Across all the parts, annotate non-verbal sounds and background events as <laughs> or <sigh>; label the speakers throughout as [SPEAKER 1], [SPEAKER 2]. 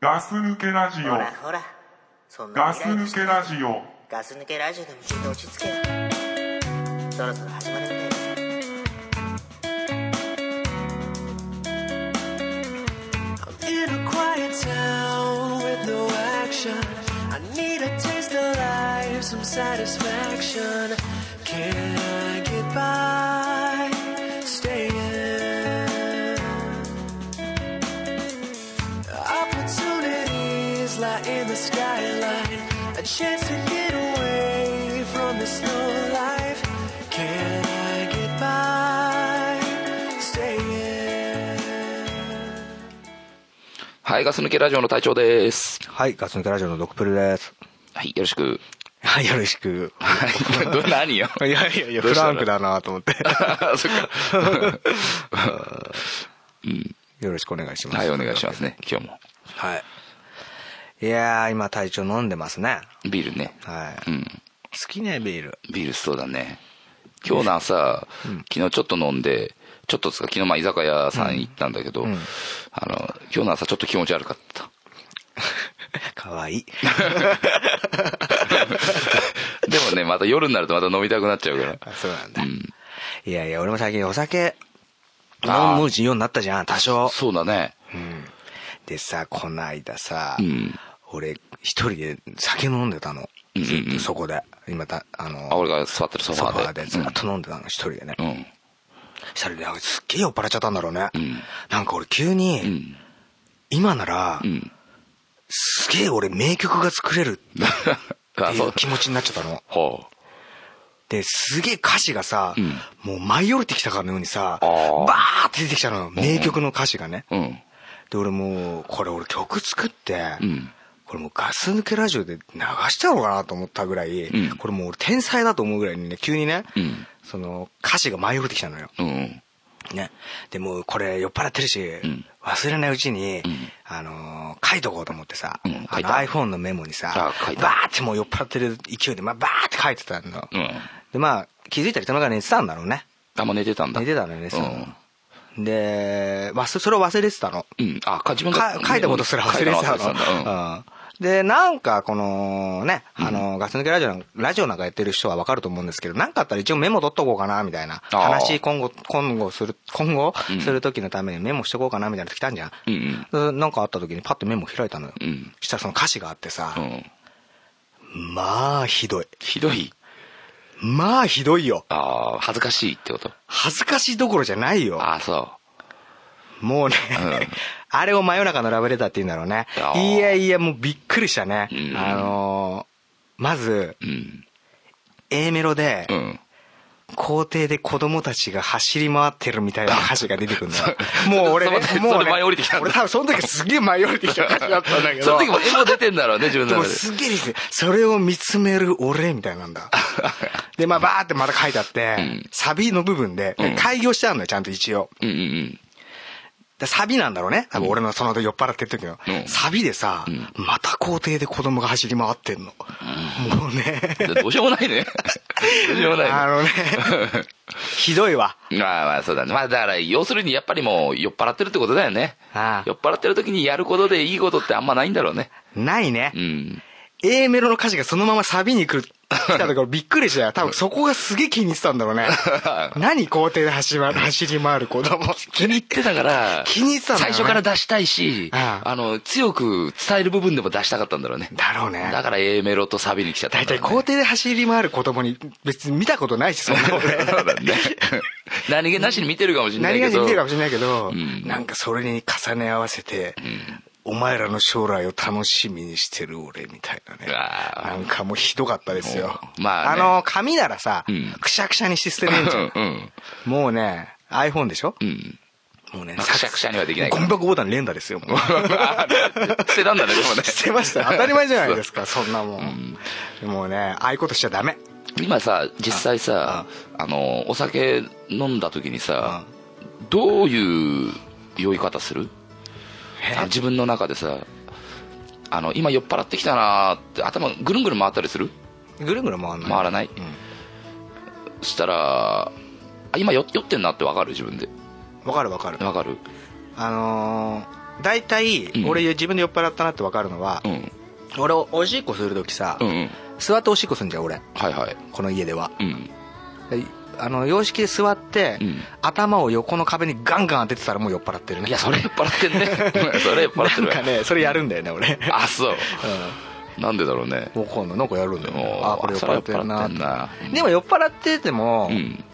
[SPEAKER 1] ガス抜けラジ
[SPEAKER 2] ほら
[SPEAKER 1] オ
[SPEAKER 2] ほらそんな
[SPEAKER 1] ガ
[SPEAKER 2] にイ
[SPEAKER 1] ス
[SPEAKER 2] ライラ
[SPEAKER 1] 抜
[SPEAKER 2] し
[SPEAKER 1] けラジオ
[SPEAKER 2] ガス抜けラジオでもちょっと落ち着けよそろそろ始まるみたいだ
[SPEAKER 3] in a quiet town with no action. I need a taste of life, some satisfaction. Can I get by staying? Opportunities lie in the skyline. A chance to get away from this slow life. Can I get by staying?
[SPEAKER 4] はい、ガス抜けラジオの隊長です。
[SPEAKER 5] はい、ガス抜けラジオのドクプルです。
[SPEAKER 4] はい、よろしく。
[SPEAKER 5] はい、よろしく。
[SPEAKER 4] はい、 <laughs> ど、何よ。
[SPEAKER 5] <laughs> いやいやいや、
[SPEAKER 4] どうし
[SPEAKER 5] フ
[SPEAKER 4] たの
[SPEAKER 5] ランクだなと思って。 <laughs>
[SPEAKER 4] あそっか。
[SPEAKER 5] よろしくお願いしま
[SPEAKER 4] <laughs>
[SPEAKER 5] す。
[SPEAKER 4] はい、お願いしますね、今日も。
[SPEAKER 5] はい。いやー、今体調飲んでますね。
[SPEAKER 4] ビールね。
[SPEAKER 5] はい。
[SPEAKER 4] うん。
[SPEAKER 5] 好きね、ビール。
[SPEAKER 4] ビールそうだね。今日の朝、昨日ちょっと飲んで、ちょっとつか、昨日まあ居酒屋さん行ったんだけど、あの、今日の朝ちょっと気持ち悪かった。
[SPEAKER 5] か
[SPEAKER 4] <laughs>
[SPEAKER 5] わいい。
[SPEAKER 4] でもね、また夜になるとまた飲みたくなっちゃうから。
[SPEAKER 5] あそうなんだ
[SPEAKER 4] う。ん。
[SPEAKER 5] いやいや、俺も最近お酒、
[SPEAKER 4] あー
[SPEAKER 5] 飲むようになったじゃん、多少。
[SPEAKER 4] そうだね。
[SPEAKER 5] うん。でさ、こないださ
[SPEAKER 4] うん、
[SPEAKER 5] 俺、一人で酒飲んでたの。
[SPEAKER 4] うんうん
[SPEAKER 5] ず
[SPEAKER 4] うん
[SPEAKER 5] っとそこで。今た、あ
[SPEAKER 4] あ、
[SPEAKER 5] の、
[SPEAKER 4] 俺が座ってるソフ
[SPEAKER 5] ソファ
[SPEAKER 4] ァ
[SPEAKER 5] ー
[SPEAKER 4] ーで。
[SPEAKER 5] でずっと飲んでたの、一人でね。
[SPEAKER 4] うん。うん。
[SPEAKER 5] したらね俺すっげえ酔っ払っちゃったんだろうね。
[SPEAKER 4] うん
[SPEAKER 5] なんか俺急
[SPEAKER 4] う
[SPEAKER 5] に、
[SPEAKER 4] ん。
[SPEAKER 5] 今なら
[SPEAKER 4] <laughs> う、ん。
[SPEAKER 5] すげえ俺名曲が作れるって
[SPEAKER 4] あ、
[SPEAKER 5] い
[SPEAKER 4] そう
[SPEAKER 5] う。気持ちになっちゃったの。
[SPEAKER 4] ほう。
[SPEAKER 5] で、すげえ歌詞がさ
[SPEAKER 4] うん、
[SPEAKER 5] もう舞い降りてきたかのようにさ、
[SPEAKER 4] あ
[SPEAKER 5] バ
[SPEAKER 4] ー
[SPEAKER 5] ーって出てきたのよ。名曲の歌詞がね。
[SPEAKER 4] うん。
[SPEAKER 5] で、俺もう、これ俺曲作って
[SPEAKER 4] うん、
[SPEAKER 5] これもうガス抜けラジオで流したのかなと思ったぐらい
[SPEAKER 4] うん、
[SPEAKER 5] これもう俺天才だと思うぐらいにね、急にね
[SPEAKER 4] うん、
[SPEAKER 5] その歌詞が舞い降りてきたのよ。
[SPEAKER 4] うん。
[SPEAKER 5] ね、でもうこれ酔っ払ってるし、
[SPEAKER 4] ん
[SPEAKER 5] 忘れないうちに、
[SPEAKER 4] ん
[SPEAKER 5] あのー書いとこうと思ってさ、
[SPEAKER 4] うん書
[SPEAKER 5] あ
[SPEAKER 4] い
[SPEAKER 5] の
[SPEAKER 4] た
[SPEAKER 5] iPhone のメモにさ
[SPEAKER 4] あ書いた
[SPEAKER 5] バーってもう酔っ払ってる勢いで、まあ、バーって書いてたの、
[SPEAKER 4] うん。
[SPEAKER 5] でまあ気づいたら頭が寝てたんだろうね
[SPEAKER 4] あ、もう寝てたんだ。
[SPEAKER 5] 寝てたのよね
[SPEAKER 4] う
[SPEAKER 5] その
[SPEAKER 4] ん。
[SPEAKER 5] で忘それを忘れてたの
[SPEAKER 4] うん。あ、か、自分
[SPEAKER 5] か
[SPEAKER 4] が
[SPEAKER 5] 書いたことすら忘れてた
[SPEAKER 4] 書いたの忘れてたんだ。
[SPEAKER 5] の。うんで、なんか、このね、あの、ガス抜けラジオなん、ラジオなんかやってる人はわかると思うんですけど、なんかあったら一応メモ取っとこうかな、みたいな。
[SPEAKER 4] あー
[SPEAKER 5] 話、今後、今後する、今後する時のためにメモしとこうかな、みたいな時来たんじゃん。
[SPEAKER 4] うん
[SPEAKER 5] うんなんかあった時にパッとメモ開いたのよ。
[SPEAKER 4] うん
[SPEAKER 5] したらその歌詞があってさ
[SPEAKER 4] う、ん。うん。
[SPEAKER 5] まあ、ひどい。
[SPEAKER 4] ひどい。
[SPEAKER 5] まあ、ひどいよ。
[SPEAKER 4] ああ、恥ずかしいってこと。
[SPEAKER 5] 恥ずかしいどころじゃないよ。
[SPEAKER 4] ああ、そう。
[SPEAKER 5] もう
[SPEAKER 4] ん
[SPEAKER 5] ね、あれを真夜中のラブレターって言うんだろうね
[SPEAKER 4] あ。ー
[SPEAKER 5] いやいや、もうびっくりしたね。
[SPEAKER 4] うん
[SPEAKER 5] あのーまず、
[SPEAKER 4] うん。
[SPEAKER 5] A メロで
[SPEAKER 4] う、ん。
[SPEAKER 5] 校庭で子供たちが走り回ってるみたいな歌詞が出てくるんだよ。もう俺
[SPEAKER 4] <laughs>
[SPEAKER 5] ね
[SPEAKER 4] そ、れ
[SPEAKER 5] もう
[SPEAKER 4] それ
[SPEAKER 5] ね、
[SPEAKER 4] 舞い降りてきたんだ
[SPEAKER 5] 俺多分その時すげえ舞い降りてきた歌詞だったんだけど。
[SPEAKER 4] その時も絵も出てんだろうね、自分
[SPEAKER 5] で
[SPEAKER 4] の
[SPEAKER 5] も
[SPEAKER 4] 中で。
[SPEAKER 5] すげえですね。それを見つめる俺みたいな
[SPEAKER 4] <laughs>
[SPEAKER 5] んだ。で、まあバーってまた書いてあって、
[SPEAKER 4] うん
[SPEAKER 5] サビの部分で
[SPEAKER 4] うん、
[SPEAKER 5] 開業してあるのよ、ちゃんと一応。
[SPEAKER 4] うんうん
[SPEAKER 5] でサビなんだろうね。多分俺のその酔っ払ってる時の。
[SPEAKER 4] うん
[SPEAKER 5] サビでさ、
[SPEAKER 4] ん
[SPEAKER 5] また校庭で子供が走り回ってんの。もうね。
[SPEAKER 4] うん。どうしようもない <laughs> ね。どうしようもないね。
[SPEAKER 5] あの
[SPEAKER 4] <laughs>
[SPEAKER 5] ね、ひどいわ。
[SPEAKER 4] まあまあそうだね。まあだから、要するにやっぱりもう酔っ払ってるってことだよね。
[SPEAKER 5] ああ
[SPEAKER 4] 酔っ払ってる時にやることでいいことってあんまないんだろうね。
[SPEAKER 5] ないね
[SPEAKER 4] う。ん。
[SPEAKER 5] A メロの歌詞がそのままサビに来る、来たところびっくりしたよ。多分そこがすげえ気に入ってたんだろ
[SPEAKER 4] <laughs>
[SPEAKER 5] うね。何校庭で走り回る走り回る子供って。
[SPEAKER 4] <laughs> 気に入ってたから、
[SPEAKER 5] 気に入ってたんだ
[SPEAKER 4] 最
[SPEAKER 5] よね
[SPEAKER 4] 初から出したいし、
[SPEAKER 5] ああ
[SPEAKER 4] あの、強く伝える部分でも出したかったんだろうね。
[SPEAKER 5] だろうね
[SPEAKER 4] だから A メロとサビに来ちゃった
[SPEAKER 5] 大
[SPEAKER 4] んだ
[SPEAKER 5] 体
[SPEAKER 4] ろう
[SPEAKER 5] 校
[SPEAKER 4] ね、
[SPEAKER 5] 庭で走り回る子供に別に見たことないし、そんなのね
[SPEAKER 4] そうだね。 <laughs> 何気なしに見てるかもしれないけ
[SPEAKER 5] 何がし
[SPEAKER 4] ど。
[SPEAKER 5] 見てるかもしれないけど、
[SPEAKER 4] うん
[SPEAKER 5] なんかそれに重ね合わせて、お前らの将来を楽しみにしてる俺みたいなね。
[SPEAKER 4] うわ
[SPEAKER 5] なんかもうひどかったですよ。
[SPEAKER 4] うんまあね
[SPEAKER 5] の、紙ならさ、
[SPEAKER 4] うん
[SPEAKER 5] くしゃくしゃにして捨てねえんじゃん。
[SPEAKER 4] <laughs> うんうん
[SPEAKER 5] もうね、iPhone でしょ、
[SPEAKER 4] うん。
[SPEAKER 5] もうね、
[SPEAKER 4] まあくしゃくしゃにはできないか
[SPEAKER 5] ゴ
[SPEAKER 4] ら
[SPEAKER 5] ミ箱ボタン連打ですよ、
[SPEAKER 4] <laughs>
[SPEAKER 5] もう。
[SPEAKER 4] 捨てたんだね、で <laughs> もね。
[SPEAKER 5] してましたよ当たり前じゃないですか、そんなもん。もうね、ああいうことしちゃダメ。
[SPEAKER 4] 今さ、実際さ、あの、お酒飲んだ時にさ、どういう酔い方するあの自分の中でさ、あの、今酔っ払ってきたなーって頭ぐるんぐるん回ったりする
[SPEAKER 5] ぐるぐる回んない。
[SPEAKER 4] 回らないそしたら、あ今酔酔ってんなってわかる自分で。
[SPEAKER 5] わかるわかる。
[SPEAKER 4] わかる
[SPEAKER 5] あのー大体
[SPEAKER 4] うん
[SPEAKER 5] 俺自分で酔っ払ったなって分かるのは
[SPEAKER 4] う、ん
[SPEAKER 5] 俺おしっこする時さ、
[SPEAKER 4] うんうん
[SPEAKER 5] 座っておしっこするんじゃん俺
[SPEAKER 4] はいはい
[SPEAKER 5] この家では
[SPEAKER 4] うん
[SPEAKER 5] であの洋式で座って、
[SPEAKER 4] うん
[SPEAKER 5] 頭を横の壁にガンガン当ててたらもう酔っ払ってるね
[SPEAKER 4] いやそれ酔っ払ってん
[SPEAKER 5] <laughs>
[SPEAKER 4] ねそれ酔っ払ってる
[SPEAKER 5] なんかねそれやるんだよね俺
[SPEAKER 4] あそうなんでだろうね
[SPEAKER 5] もう今度なんかやるんだよね
[SPEAKER 4] おー
[SPEAKER 5] あこれ酔っ払ってるな
[SPEAKER 4] それ酔っ払ってんな
[SPEAKER 5] でも酔っ払ってても、
[SPEAKER 4] うん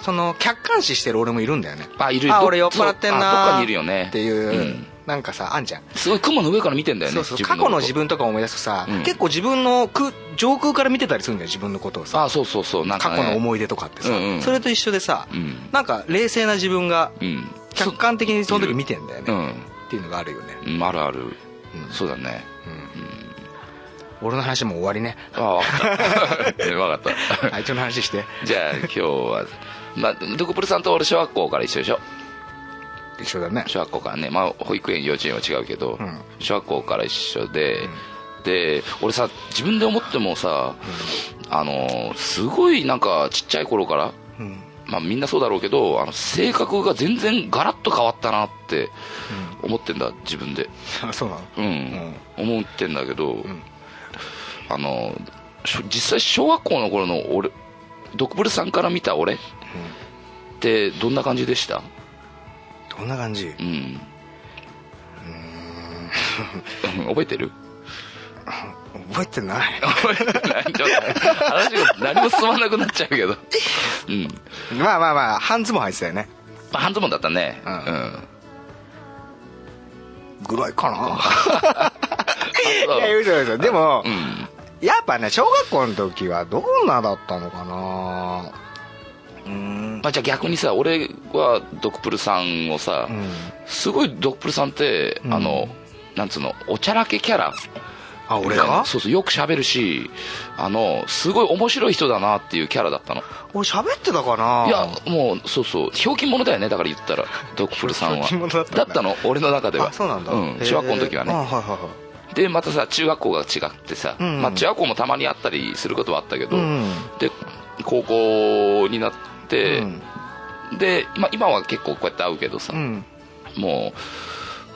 [SPEAKER 5] その客観視してる俺もいるんだよね
[SPEAKER 4] あいる
[SPEAKER 5] あ
[SPEAKER 4] ど
[SPEAKER 5] 俺酔っ払ってんなー
[SPEAKER 4] そうあどっかにいるよね
[SPEAKER 5] っていう、
[SPEAKER 4] うん
[SPEAKER 5] なんかさあんじゃん
[SPEAKER 4] すごい雲の上から見てんだよね
[SPEAKER 5] そうそう過去の自
[SPEAKER 4] こと
[SPEAKER 5] 分とか思い出すとさ、
[SPEAKER 4] うん
[SPEAKER 5] 結構自分の空上空から見てたりするんだよ自分のことをさ
[SPEAKER 4] あそうそうそうなんか、
[SPEAKER 5] 過
[SPEAKER 4] ね、
[SPEAKER 5] 去の思い出とかってさ、
[SPEAKER 4] うんうん
[SPEAKER 5] それと一緒でさ、
[SPEAKER 4] うん
[SPEAKER 5] なんか冷静な自分が
[SPEAKER 4] うん
[SPEAKER 5] 客観的にその時見てんだよ
[SPEAKER 4] う
[SPEAKER 5] ね、
[SPEAKER 4] ん
[SPEAKER 5] っていうのがあるよね、
[SPEAKER 4] うんあるある、
[SPEAKER 5] うん
[SPEAKER 4] そうだね
[SPEAKER 5] 俺の話もう終わ
[SPEAKER 4] <laughs>
[SPEAKER 5] りね
[SPEAKER 4] ああ分かった
[SPEAKER 5] <laughs>
[SPEAKER 4] 分かった
[SPEAKER 5] あいつの話して
[SPEAKER 4] じゃあ今日は、まあ、ドクプルさんと俺小学校から一緒でしょ
[SPEAKER 5] 一緒だ
[SPEAKER 4] <laughs>
[SPEAKER 5] ね
[SPEAKER 4] 小学校からね、まあ、保育園幼稚園は違うけど、
[SPEAKER 5] うん
[SPEAKER 4] 小学校から一緒で、で俺さ自分で思ってもさ、あのすごいなんかちっちゃい頃から、
[SPEAKER 5] うん
[SPEAKER 4] まあ、みんなそうだろうけどあの性格が全然ガラッと変わったなって思ってんだ自分で
[SPEAKER 5] あそうなの
[SPEAKER 4] うん、思ってんだけど、
[SPEAKER 5] ん
[SPEAKER 4] あのしょ実際小学校の頃の俺ドクブルさんから見た俺ってどんな感じでした
[SPEAKER 5] どんな感じ
[SPEAKER 4] うん、うん、 <laughs> 覚えて
[SPEAKER 5] <laughs>
[SPEAKER 4] る
[SPEAKER 5] 覚えてない
[SPEAKER 4] 覚えてないちょっと話が何も進まなくなっちゃうけ
[SPEAKER 5] <laughs>
[SPEAKER 4] どうん
[SPEAKER 5] まあまあまあ半ズボン入ってたよね
[SPEAKER 4] まあ半ズボンだったね
[SPEAKER 5] うん
[SPEAKER 4] うん
[SPEAKER 5] ぐらいかな
[SPEAKER 4] そう
[SPEAKER 5] <laughs> いや嘘嘘でも、
[SPEAKER 4] うん
[SPEAKER 5] やっぱね小学校の時はどんなだったのかなうーん
[SPEAKER 4] まあ、じゃあ逆にさ俺はドクプルさんをさ、
[SPEAKER 5] うん
[SPEAKER 4] すごいドクプルさんって、
[SPEAKER 5] うん
[SPEAKER 4] あのなんつうのおちゃらけキャラ
[SPEAKER 5] あ俺が
[SPEAKER 4] そうそうよく喋るしあのすごい面白い人だなっていうキャラだったの
[SPEAKER 5] 俺喋ってたかない
[SPEAKER 4] やもうそうそうひょうきん者だよねだから言ったらドクプルさんは
[SPEAKER 5] <laughs> ひょうきん者だったんだ
[SPEAKER 4] の俺の中では
[SPEAKER 5] あそうなんだ、へー
[SPEAKER 4] 小学校の時は
[SPEAKER 5] あはい
[SPEAKER 4] ね
[SPEAKER 5] はいは
[SPEAKER 4] でまたさ中学校が違ってさ、
[SPEAKER 5] うん
[SPEAKER 4] まあ、中学校もたまにあったりすることはあったけど、
[SPEAKER 5] うん
[SPEAKER 4] で高校になっ
[SPEAKER 5] い
[SPEAKER 4] て、
[SPEAKER 5] うん
[SPEAKER 4] で今今は結構こうやって会うけどさ、
[SPEAKER 5] うん
[SPEAKER 4] も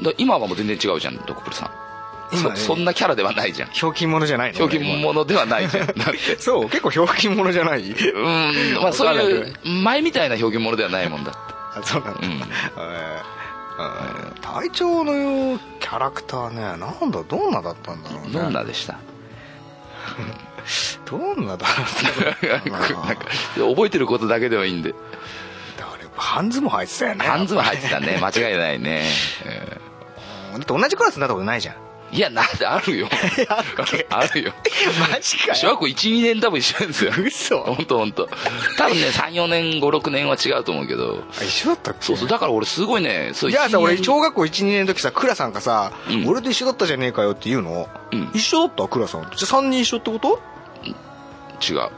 [SPEAKER 4] うだ今はもう全然違うじゃんドクプルさん
[SPEAKER 5] 今ね
[SPEAKER 4] そそんなキャラではないじゃん
[SPEAKER 5] ひょうきん者じゃないの
[SPEAKER 4] ひょうきん者ではない
[SPEAKER 5] <laughs>
[SPEAKER 4] じゃんだって
[SPEAKER 5] そう結構ひょうきん者じゃない
[SPEAKER 4] うんまあそう
[SPEAKER 5] わかんないいう
[SPEAKER 4] 前みたいな表現ものではないもんだって
[SPEAKER 5] あそうなんだ、
[SPEAKER 4] うん
[SPEAKER 5] えーあー隊長のキャラクターねなんだどんなだったんだろうね
[SPEAKER 4] どんなでした
[SPEAKER 5] どんなだった
[SPEAKER 4] <laughs> なん
[SPEAKER 5] の
[SPEAKER 4] か
[SPEAKER 5] かな
[SPEAKER 4] 覚えてることだけでもいいんで
[SPEAKER 5] 俺半ズボン入ってたよね
[SPEAKER 4] 半ズボン入ってた
[SPEAKER 5] <laughs>
[SPEAKER 4] ね間違いないね、え
[SPEAKER 5] だって同じクラスになったことない
[SPEAKER 4] <laughs>
[SPEAKER 5] じゃん
[SPEAKER 4] ーいやなんである
[SPEAKER 5] <laughs>
[SPEAKER 4] よあるよ
[SPEAKER 5] マジか
[SPEAKER 4] 小学校12年多分一緒なんですよ
[SPEAKER 5] <laughs> 嘘
[SPEAKER 4] 本当本当多分ね34年56年は違うと思うけど
[SPEAKER 5] あ一緒だったっけ
[SPEAKER 4] そうそうだから俺すごいねそう
[SPEAKER 5] いや
[SPEAKER 4] 12
[SPEAKER 5] さ俺
[SPEAKER 4] 年
[SPEAKER 5] 小学校12年の時さ倉さんがさ、
[SPEAKER 4] うん
[SPEAKER 5] 俺と一緒だったじゃねえかよ」って言うの、
[SPEAKER 4] うん
[SPEAKER 5] 一緒だった倉さんとじゃあ3人一緒ってこと
[SPEAKER 4] 違う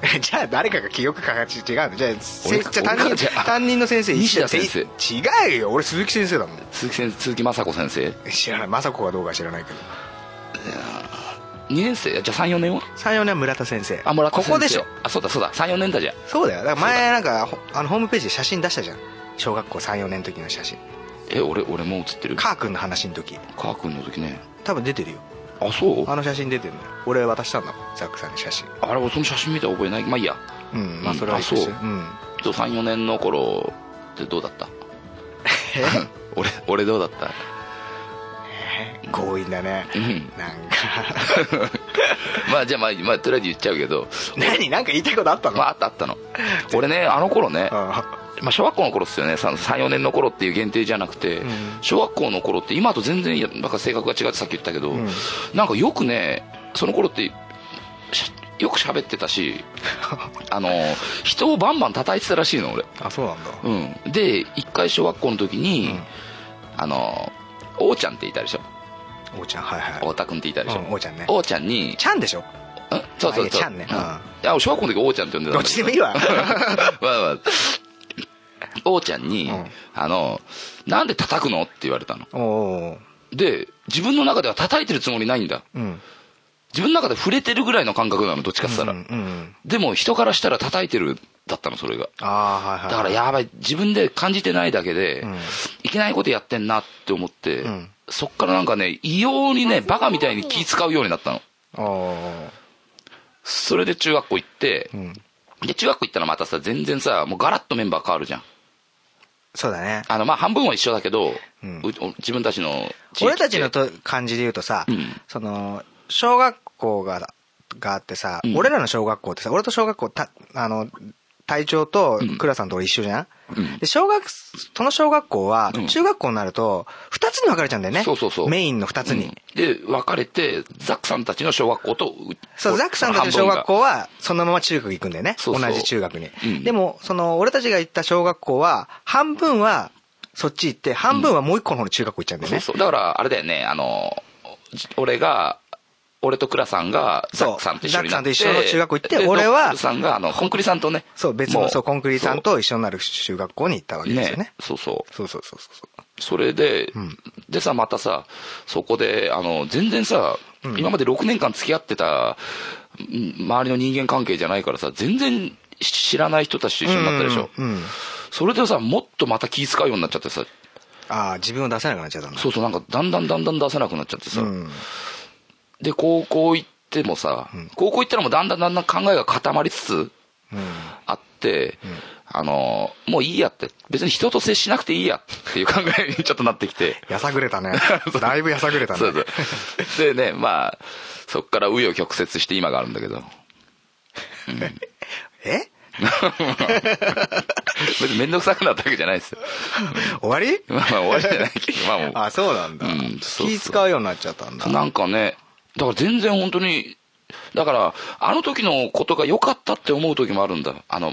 [SPEAKER 5] <laughs> じゃあ誰かが記憶かがち違うのじゃあせ
[SPEAKER 4] 俺
[SPEAKER 5] じ
[SPEAKER 4] か
[SPEAKER 5] ゃあ担
[SPEAKER 4] 俺か
[SPEAKER 5] 任
[SPEAKER 4] じゃあ
[SPEAKER 5] 担任の先生
[SPEAKER 4] 西田
[SPEAKER 5] 一緒だって
[SPEAKER 4] 先
[SPEAKER 5] 違うよ俺鈴木先生だもん
[SPEAKER 4] 鈴木先生鈴木雅子先生
[SPEAKER 5] 知らない雅子がどうか知らないけど
[SPEAKER 4] 2年生じゃあ34年は
[SPEAKER 5] 34年は村田先生
[SPEAKER 4] あもらった
[SPEAKER 5] こ
[SPEAKER 4] 先生
[SPEAKER 5] こでしょ
[SPEAKER 4] あそうだそうだ34年だじゃん
[SPEAKER 5] そうだよだから前なんかほあのホームページで写真出したじゃん小学校34年の時の写真
[SPEAKER 4] え俺俺もう写ってる
[SPEAKER 5] カー君の話の時
[SPEAKER 4] カー君の時ね
[SPEAKER 5] 多分出てるよ
[SPEAKER 4] あそう
[SPEAKER 5] あの写真出てるのよ俺渡したんだもんザックさんに写真
[SPEAKER 4] あれ俺その写真見た覚えないまあいいや
[SPEAKER 5] うんまあそれはいいとして
[SPEAKER 4] あ
[SPEAKER 5] うん
[SPEAKER 4] 34年の頃ってどうだった <laughs> 俺俺どうだった <laughs>
[SPEAKER 5] 強引だね
[SPEAKER 4] うん
[SPEAKER 5] なんか <laughs>
[SPEAKER 4] まあじゃあまあ、まあ、とりあえず言っちゃうけど
[SPEAKER 5] 何なんか言いたいことあったの
[SPEAKER 4] まああったあったの俺ねあの頃ね、
[SPEAKER 5] あ <laughs>
[SPEAKER 4] まあ、小学校の頃っすよね34年の頃っていう限定じゃなくて、
[SPEAKER 5] ん
[SPEAKER 4] 小学校の頃って今と全然やなんか性格が違うってさっき言ったけど、
[SPEAKER 5] ん
[SPEAKER 4] なんかよくねその頃ってしゃよく喋ってた
[SPEAKER 5] <laughs>
[SPEAKER 4] しあの人をバンバン叩いてたらしいの俺
[SPEAKER 5] あそうなんだ
[SPEAKER 4] うん、で一回小学校の時に、
[SPEAKER 5] うん
[SPEAKER 4] あの王ちゃんっていたでしょ
[SPEAKER 5] おーちゃんはいはい
[SPEAKER 4] 太田君っていたでしょ、
[SPEAKER 5] うん王ちゃんね
[SPEAKER 4] 王ちゃんに
[SPEAKER 5] ちゃんでしょ
[SPEAKER 4] んそうそうそう
[SPEAKER 5] あいやちゃんね
[SPEAKER 4] う
[SPEAKER 5] うんん
[SPEAKER 4] いや小学校の時王ちゃんって呼んでた
[SPEAKER 5] どっちでも
[SPEAKER 4] <laughs>
[SPEAKER 5] いいわ
[SPEAKER 4] まあまあ王ちゃんに、
[SPEAKER 5] うん
[SPEAKER 4] あのなんで叩くのって言われたの
[SPEAKER 5] おおー
[SPEAKER 4] で自分の中では叩いてるつもりないんだ
[SPEAKER 5] うん
[SPEAKER 4] 自分の中で触れてるぐらいの感覚なのどっちかっつったら、
[SPEAKER 5] うんうん
[SPEAKER 4] でも人からしたら叩いてるだったの、それが。
[SPEAKER 5] ああ、はいはい。
[SPEAKER 4] だから、やばい、自分で感じてないだけで、
[SPEAKER 5] ん
[SPEAKER 4] いけないことやってんなって思って、
[SPEAKER 5] うん
[SPEAKER 4] そっからなんかね、異様にね、バカみたいに気使うようになったの。
[SPEAKER 5] あー
[SPEAKER 4] それで中学校行って、
[SPEAKER 5] うん。
[SPEAKER 4] で、中学校行ったらまたさ、全然さ、もうガラッとメンバー変わるじゃん。
[SPEAKER 5] そうだね。
[SPEAKER 4] あの、まあ、半分は一緒だけど、
[SPEAKER 5] うん
[SPEAKER 4] う自分たちの地域って
[SPEAKER 5] 俺たちのと感じで言うとさ、
[SPEAKER 4] うん
[SPEAKER 5] その、小学校が、があってさ、
[SPEAKER 4] うん
[SPEAKER 5] 俺らの小学校ってさ、俺と小学校、た、あの、隊長と倉さんと俺一緒じゃん、
[SPEAKER 4] うん
[SPEAKER 5] で、小学、その小学校は
[SPEAKER 4] う、ん
[SPEAKER 5] 中学校になると、二つに分かれちゃうんだよね。
[SPEAKER 4] そうそうそう
[SPEAKER 5] メインの二つに。
[SPEAKER 4] で、別れて、ザックさんたちの小学校と、う
[SPEAKER 5] そう、ザックさんたちの小学校は、そのまま中学行くんだよね。
[SPEAKER 4] そうそう
[SPEAKER 5] 同じ中学に。
[SPEAKER 4] うん
[SPEAKER 5] でも、その、俺たちが行った小学校は、半分は、そっち行って、半分はもう一個の方の中学校行っちゃうんだよ
[SPEAKER 4] そうそう。
[SPEAKER 5] ね。
[SPEAKER 4] だから、あれだよね、あの、じ俺が、俺と倉さんがザックさんと一緒になって。
[SPEAKER 5] そうザックさんと一緒の中学校行って
[SPEAKER 4] で
[SPEAKER 5] 俺は
[SPEAKER 4] 倉さんが、あの、コンクリさんとね。
[SPEAKER 5] そう、別
[SPEAKER 4] も
[SPEAKER 5] の、そう、コンクリさんと一緒になる中学校に行ったわ
[SPEAKER 4] そ
[SPEAKER 5] け
[SPEAKER 4] う。
[SPEAKER 5] ですよ
[SPEAKER 4] ね
[SPEAKER 5] ね。
[SPEAKER 4] そうそう。
[SPEAKER 5] そうそうそうそ
[SPEAKER 4] それで、でさ、またさ、そこで、あの、全然さ、今まで6年間付き合ってた、うん周りの人間関係じゃないからさ、全然知らない人たちと一緒になったでしょ。
[SPEAKER 5] うんうんうん
[SPEAKER 4] それでさ、もっとまた気遣うようになっちゃってさ、
[SPEAKER 5] う。ああ、自分を出せなくなっちゃったんだ。
[SPEAKER 4] そうそう、なんかだんだんだんだん出せなくなっちゃってさ、
[SPEAKER 5] うん。
[SPEAKER 4] で、高校行ってもさ、高校行ったらもうだんだんだんだん考えが固まりつつ
[SPEAKER 5] うん。
[SPEAKER 4] あって、あの、もういいやって、別に人と接しなくていいやっていう考えにちょっとなってきて、
[SPEAKER 5] やさぐれたね。だいぶやさぐれたね。
[SPEAKER 4] <laughs> そうそう。で
[SPEAKER 5] <laughs>
[SPEAKER 4] ね、まあ、そっから紆余曲折して今があるんだけ
[SPEAKER 5] <laughs>
[SPEAKER 4] ど、
[SPEAKER 5] え
[SPEAKER 4] 別にめんどくさくなったわけじゃないですよ。
[SPEAKER 5] 終わり
[SPEAKER 4] まあまあ終わりじゃないけど、まあもう。
[SPEAKER 5] あ、そうなんだ。
[SPEAKER 4] うんそうそう
[SPEAKER 5] 気使うようになっちゃったんだ。
[SPEAKER 4] なんかね、だから全然本当に、だから、あの時のことが良かったって思う時もあるんだ。あの、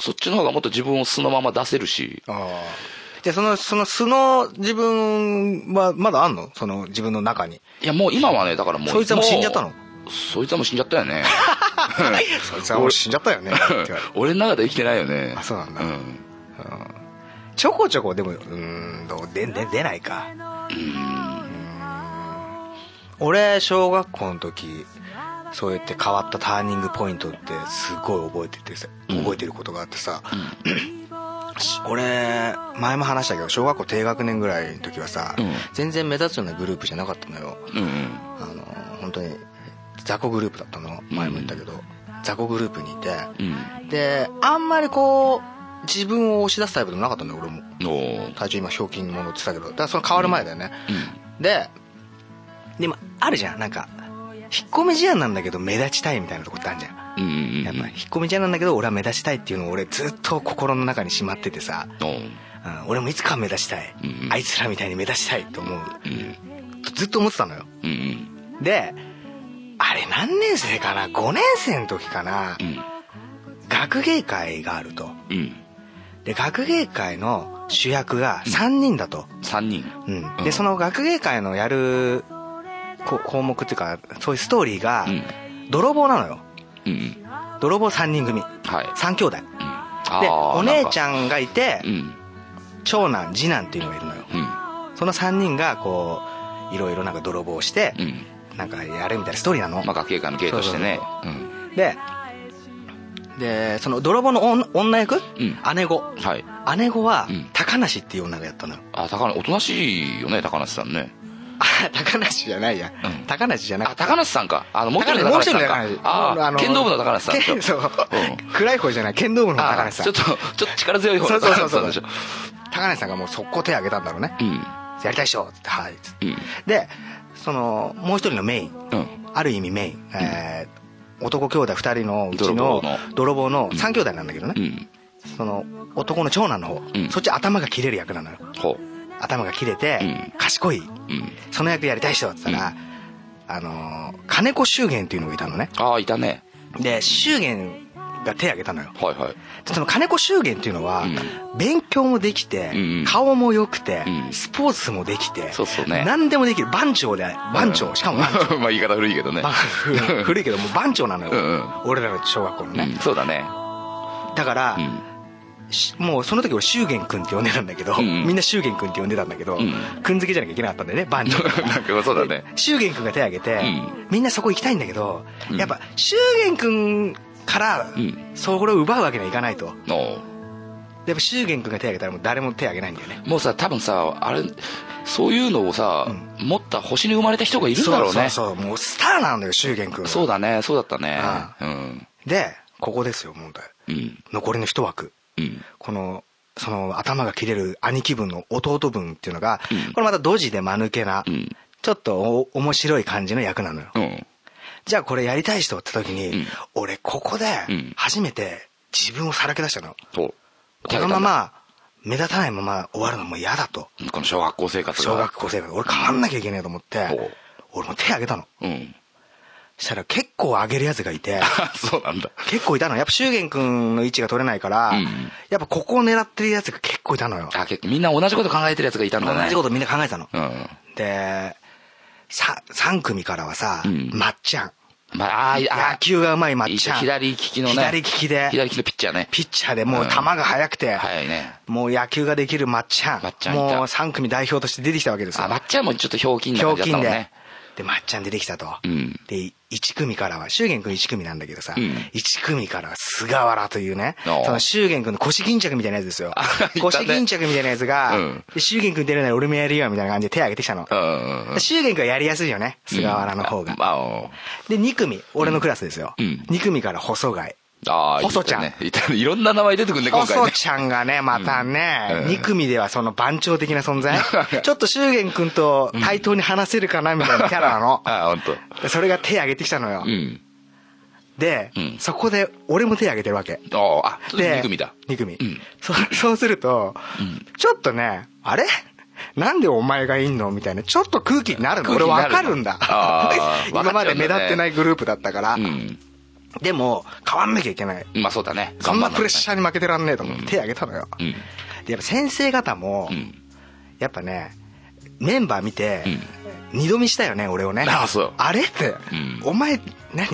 [SPEAKER 4] そそっちの方がもっと自分を素のまま出せるし、
[SPEAKER 5] ああ。じゃあ、その、その素の自分は、まだあんのその自分の中に。
[SPEAKER 4] いやもう今はね、だからもう。
[SPEAKER 5] そいつはもう死んじゃったの
[SPEAKER 4] もうそいつはもう死んじゃったよ
[SPEAKER 5] <laughs>
[SPEAKER 4] ね。
[SPEAKER 5] そいつはもう死んじゃったよ <laughs> ね。って言われて
[SPEAKER 4] 俺の中で生きてないよね。
[SPEAKER 5] あそうなんだ
[SPEAKER 4] うん。
[SPEAKER 5] ちょこちょこ、でも、うーん、どう、で、で、出ないか。うーん俺、小学校の時、そうやって変わったターニングポイントって、すごい覚えててさ、覚えてることがあってさ、し俺、前も話したけど、小学校低学年ぐらいの時はさ、
[SPEAKER 4] うん
[SPEAKER 5] 全然目立つようなグループじゃなかったのよ。
[SPEAKER 4] うん
[SPEAKER 5] あの、本当に、雑魚グループだったの、前も言ったけど、雑魚グループにいて、
[SPEAKER 4] うん。
[SPEAKER 5] で、あんまりこう、自分を押し出すタイプでもなかったんだよ、俺も。
[SPEAKER 4] うん。おー
[SPEAKER 5] 体重今ひょうきんものって言ってたけどだからその変わる前だよね、ででもあるじゃんなんか引っ込み思案なんだけど目立ちたいみたいなとこってあるじゃん
[SPEAKER 4] うんうんうん。
[SPEAKER 5] やっぱ引っ込み思案なんだけど俺は目立ちたいっていうのを俺ずっと心の中にしまっててさ、
[SPEAKER 4] おー
[SPEAKER 5] うん、俺もいつかは目立ちたい、
[SPEAKER 4] うん
[SPEAKER 5] あいつらみたいに目立ちたいと思う
[SPEAKER 4] うん。
[SPEAKER 5] ずっと思ってたのよ
[SPEAKER 4] うんうん。
[SPEAKER 5] であれ何年生かな5年生の時かな、
[SPEAKER 4] うん。
[SPEAKER 5] 学芸会があると
[SPEAKER 4] うん。
[SPEAKER 5] で学芸会の主役が3人だと、
[SPEAKER 4] 三人。
[SPEAKER 5] うん、
[SPEAKER 4] う
[SPEAKER 5] で
[SPEAKER 4] ん
[SPEAKER 5] その学芸会のやるこ項目っていうかそういうストーリーが
[SPEAKER 4] うん
[SPEAKER 5] 泥棒なのよ
[SPEAKER 4] うんうん。
[SPEAKER 5] 泥棒3人組
[SPEAKER 4] はい。
[SPEAKER 5] 3兄弟
[SPEAKER 4] うん。
[SPEAKER 5] でお姉ち
[SPEAKER 4] ゃ
[SPEAKER 5] ゃんがいて
[SPEAKER 4] うん。
[SPEAKER 5] 長男次男っていうのがいるのよ
[SPEAKER 4] うん。
[SPEAKER 5] その3人がこういろいろなんか泥棒をして
[SPEAKER 4] うん。
[SPEAKER 5] なんかやれみたいなストーリーなの
[SPEAKER 4] まあ、学芸会の芸としてね。
[SPEAKER 5] ででその泥棒の女女役
[SPEAKER 4] ん
[SPEAKER 5] 姉子
[SPEAKER 4] うん。はい。
[SPEAKER 5] 姉子は
[SPEAKER 4] うん
[SPEAKER 5] 高梨っていう女がやったのよ
[SPEAKER 4] あ、高梨、おとなしいよね、高梨さんね。
[SPEAKER 5] あ高梨じゃないや
[SPEAKER 4] うん
[SPEAKER 5] 高梨じゃなく
[SPEAKER 4] あ、
[SPEAKER 5] て
[SPEAKER 4] 高梨さんか。あの、もう一人の
[SPEAKER 5] も
[SPEAKER 4] 高
[SPEAKER 5] う一
[SPEAKER 4] 梨
[SPEAKER 5] 人
[SPEAKER 4] さん
[SPEAKER 5] の高
[SPEAKER 4] か
[SPEAKER 5] 梨。
[SPEAKER 4] ああ、剣道部の高梨さん
[SPEAKER 5] 剣
[SPEAKER 4] と。
[SPEAKER 5] そう、
[SPEAKER 4] ん
[SPEAKER 5] 暗い方じゃない剣道部の高
[SPEAKER 4] ああ、
[SPEAKER 5] 梨さ
[SPEAKER 4] ちょ
[SPEAKER 5] ん
[SPEAKER 4] っと、ちょっと力強い方
[SPEAKER 5] そ
[SPEAKER 4] の
[SPEAKER 5] うそう
[SPEAKER 4] 高
[SPEAKER 5] そ
[SPEAKER 4] 梨さ
[SPEAKER 5] うそうん
[SPEAKER 4] でしょ。
[SPEAKER 5] 高梨さんがもう速攻手挙げたんだろうね、
[SPEAKER 4] うん。
[SPEAKER 5] やりたいっしょってはいっつって
[SPEAKER 4] うん。
[SPEAKER 5] でそのもう一人のメイン
[SPEAKER 4] うん。
[SPEAKER 5] ある意味メイン、えー男兄弟二人のうち
[SPEAKER 4] 泥棒
[SPEAKER 5] の
[SPEAKER 4] の
[SPEAKER 5] 泥棒の三兄弟なんだけどね、
[SPEAKER 4] うん。
[SPEAKER 5] その男の長男の方、
[SPEAKER 4] うん
[SPEAKER 5] そっち頭が切れる役なのよ
[SPEAKER 4] ほ
[SPEAKER 5] 頭が切れて、
[SPEAKER 4] うん
[SPEAKER 5] 賢い
[SPEAKER 4] うん。うん。
[SPEAKER 5] その役やりたいっしょって言ったら、あのー金子祝言っていうのがいたのね
[SPEAKER 4] ああ、いたね。
[SPEAKER 5] で祝言が手挙げたのよ
[SPEAKER 4] はいはい。 <laughs>
[SPEAKER 5] その金子祝言っていうのは、
[SPEAKER 4] う
[SPEAKER 5] 勉強もできて、
[SPEAKER 4] うんうん
[SPEAKER 5] 顔も良くて、
[SPEAKER 4] うん
[SPEAKER 5] スポーツもできて、
[SPEAKER 4] そうそうね
[SPEAKER 5] 何でもできる番長で番長、しかも番
[SPEAKER 4] <laughs>
[SPEAKER 5] 長
[SPEAKER 4] まあ、言い方古いけどね。
[SPEAKER 5] 番古いけどもう番長なのよ、
[SPEAKER 4] うんうん
[SPEAKER 5] 俺らの小学校の
[SPEAKER 4] う
[SPEAKER 5] ね
[SPEAKER 4] ん、、そうだね。
[SPEAKER 5] だから
[SPEAKER 4] う、ん。 <laughs>
[SPEAKER 5] しもうその時俺祝言くんって呼んでたんだけ
[SPEAKER 4] う
[SPEAKER 5] ど、
[SPEAKER 4] んうん
[SPEAKER 5] みんな祝言くんって呼んでたんだけど、
[SPEAKER 4] うん
[SPEAKER 5] くん付けじゃなきゃいけなかったんだよね番長だから
[SPEAKER 4] なんかそうだね
[SPEAKER 5] で祝言くんが手挙げて、
[SPEAKER 4] うん
[SPEAKER 5] みんなそこ行きたいんだけど、
[SPEAKER 4] うん
[SPEAKER 5] やっぱ祝言くんから、
[SPEAKER 4] うん
[SPEAKER 5] それを奪うわけにはいかないと
[SPEAKER 4] おう
[SPEAKER 5] でやっぱ祝言君が手を挙げたらもう誰も手を挙げないんだよね
[SPEAKER 4] もうさ多分さあれそういうのをさ、持った星に生まれた人がいるんだろうね
[SPEAKER 5] そうそうそうもうスターなんだよ祝言君は
[SPEAKER 4] そうだねそうだったね
[SPEAKER 5] あ
[SPEAKER 4] うん
[SPEAKER 5] でここですよ問題
[SPEAKER 4] うん
[SPEAKER 5] 残りの一枠
[SPEAKER 4] うん
[SPEAKER 5] このその頭が切れる兄貴分の弟分っていうのが、
[SPEAKER 4] うん
[SPEAKER 5] これまたドジで間抜けな、
[SPEAKER 4] うん
[SPEAKER 5] ちょっとお面白い感じの役なのよ、
[SPEAKER 4] うん
[SPEAKER 5] じゃあこれやりたい人って時に、
[SPEAKER 4] うん
[SPEAKER 5] 俺ここで
[SPEAKER 4] うん
[SPEAKER 5] 初めて自分をさらけ出したの、
[SPEAKER 4] そう
[SPEAKER 5] このまま目立たないまま終わるのも嫌だと
[SPEAKER 4] この小学校生活が
[SPEAKER 5] 小学校生活俺変わんなきゃいけねえと思って、
[SPEAKER 4] ほう
[SPEAKER 5] 俺も手挙げたの
[SPEAKER 4] うん
[SPEAKER 5] したら結構上げるやつが
[SPEAKER 4] <laughs>
[SPEAKER 5] いて
[SPEAKER 4] そうなんだ
[SPEAKER 5] 結構いたのやっぱ祝言君の位置が取れないから、
[SPEAKER 4] うん
[SPEAKER 5] やっぱここを狙ってるやつが結構いたのよ
[SPEAKER 4] あ結構みんな同じこと考えてるやつがいたのだね
[SPEAKER 5] 同じことみんな考えたの。
[SPEAKER 4] うん
[SPEAKER 5] で、さ、3組からはさ、
[SPEAKER 4] うん
[SPEAKER 5] まっちゃん。
[SPEAKER 4] まああーあ
[SPEAKER 5] 野球がうまいまっ
[SPEAKER 4] い
[SPEAKER 5] ちゃん。
[SPEAKER 4] 左利きのね
[SPEAKER 5] 左利きで、
[SPEAKER 4] 左利きのピッチャーね
[SPEAKER 5] ピッチャーでもう球が速くて、
[SPEAKER 4] 早いね
[SPEAKER 5] もう野球ができるまっちゃん。
[SPEAKER 4] まっちゃんい
[SPEAKER 5] もう
[SPEAKER 4] た
[SPEAKER 5] 3組代表として出てきたわけですよ
[SPEAKER 4] あ。まっちゃんもちょっとひょうきんな
[SPEAKER 5] ひょ
[SPEAKER 4] 感
[SPEAKER 5] う
[SPEAKER 4] じだっ
[SPEAKER 5] き
[SPEAKER 4] たも
[SPEAKER 5] ん
[SPEAKER 4] ん
[SPEAKER 5] で
[SPEAKER 4] ね。
[SPEAKER 5] で、まっちゃん出てきたと。
[SPEAKER 4] うん
[SPEAKER 5] で、1組からは、祝言君1組なんだけどさ、
[SPEAKER 4] うん
[SPEAKER 5] 1組からは菅原というね、
[SPEAKER 4] おう
[SPEAKER 5] その祝言君の腰巾着みたいなやつです
[SPEAKER 4] <laughs>
[SPEAKER 5] よ
[SPEAKER 4] あいたね。
[SPEAKER 5] 腰巾着みたいなやつが
[SPEAKER 4] うん、
[SPEAKER 5] で祝言君出るなら俺もやるよみたいな感じで手挙げてきたの
[SPEAKER 4] う。んうん
[SPEAKER 5] 祝言君はやりやすいよね、菅原の方が。
[SPEAKER 4] まあおう
[SPEAKER 5] で、2組、俺のクラスですよ。
[SPEAKER 4] うん
[SPEAKER 5] 2組から細貝。
[SPEAKER 4] あー
[SPEAKER 5] 細ちゃん
[SPEAKER 4] いたねいたねいろんな名前出てくるね今回
[SPEAKER 5] 細
[SPEAKER 4] ね
[SPEAKER 5] ちゃんがね、また
[SPEAKER 4] うん
[SPEAKER 5] ね、
[SPEAKER 4] うん
[SPEAKER 5] 2組ではその番長的な
[SPEAKER 4] <laughs>
[SPEAKER 5] 存在。ちょっと祝言君と対等に話せるかなみたいなキャラなの。
[SPEAKER 4] あー本
[SPEAKER 5] でそれが手挙げてきたのよ
[SPEAKER 4] 当。うん
[SPEAKER 5] で
[SPEAKER 4] うん、
[SPEAKER 5] そこで俺も手挙げてるわけ。
[SPEAKER 4] あああ
[SPEAKER 5] で、
[SPEAKER 4] 2組だ
[SPEAKER 5] 2組
[SPEAKER 4] うん。
[SPEAKER 5] そそうすると、ちょっとね、あれなんでお前がいんのみたいな、ちょっと空気になるの
[SPEAKER 4] 空気
[SPEAKER 5] 俺
[SPEAKER 4] になる
[SPEAKER 5] わかるんだ
[SPEAKER 4] あー。
[SPEAKER 5] 今まで目立ってないグループだったから
[SPEAKER 4] う。ん
[SPEAKER 5] でも、変わんなきゃいけない。
[SPEAKER 4] まあそうだね
[SPEAKER 5] そんなプレッシャ
[SPEAKER 4] ー
[SPEAKER 5] ーに負けてらんねえと思って手挙げたのよ。
[SPEAKER 4] うん
[SPEAKER 5] で、やっぱ先生方も
[SPEAKER 4] う、ん
[SPEAKER 5] やっぱね、メンバー見て、二度見したよね、俺をね。
[SPEAKER 4] あそう
[SPEAKER 5] <laughs> あれって
[SPEAKER 4] ん、
[SPEAKER 5] お前、何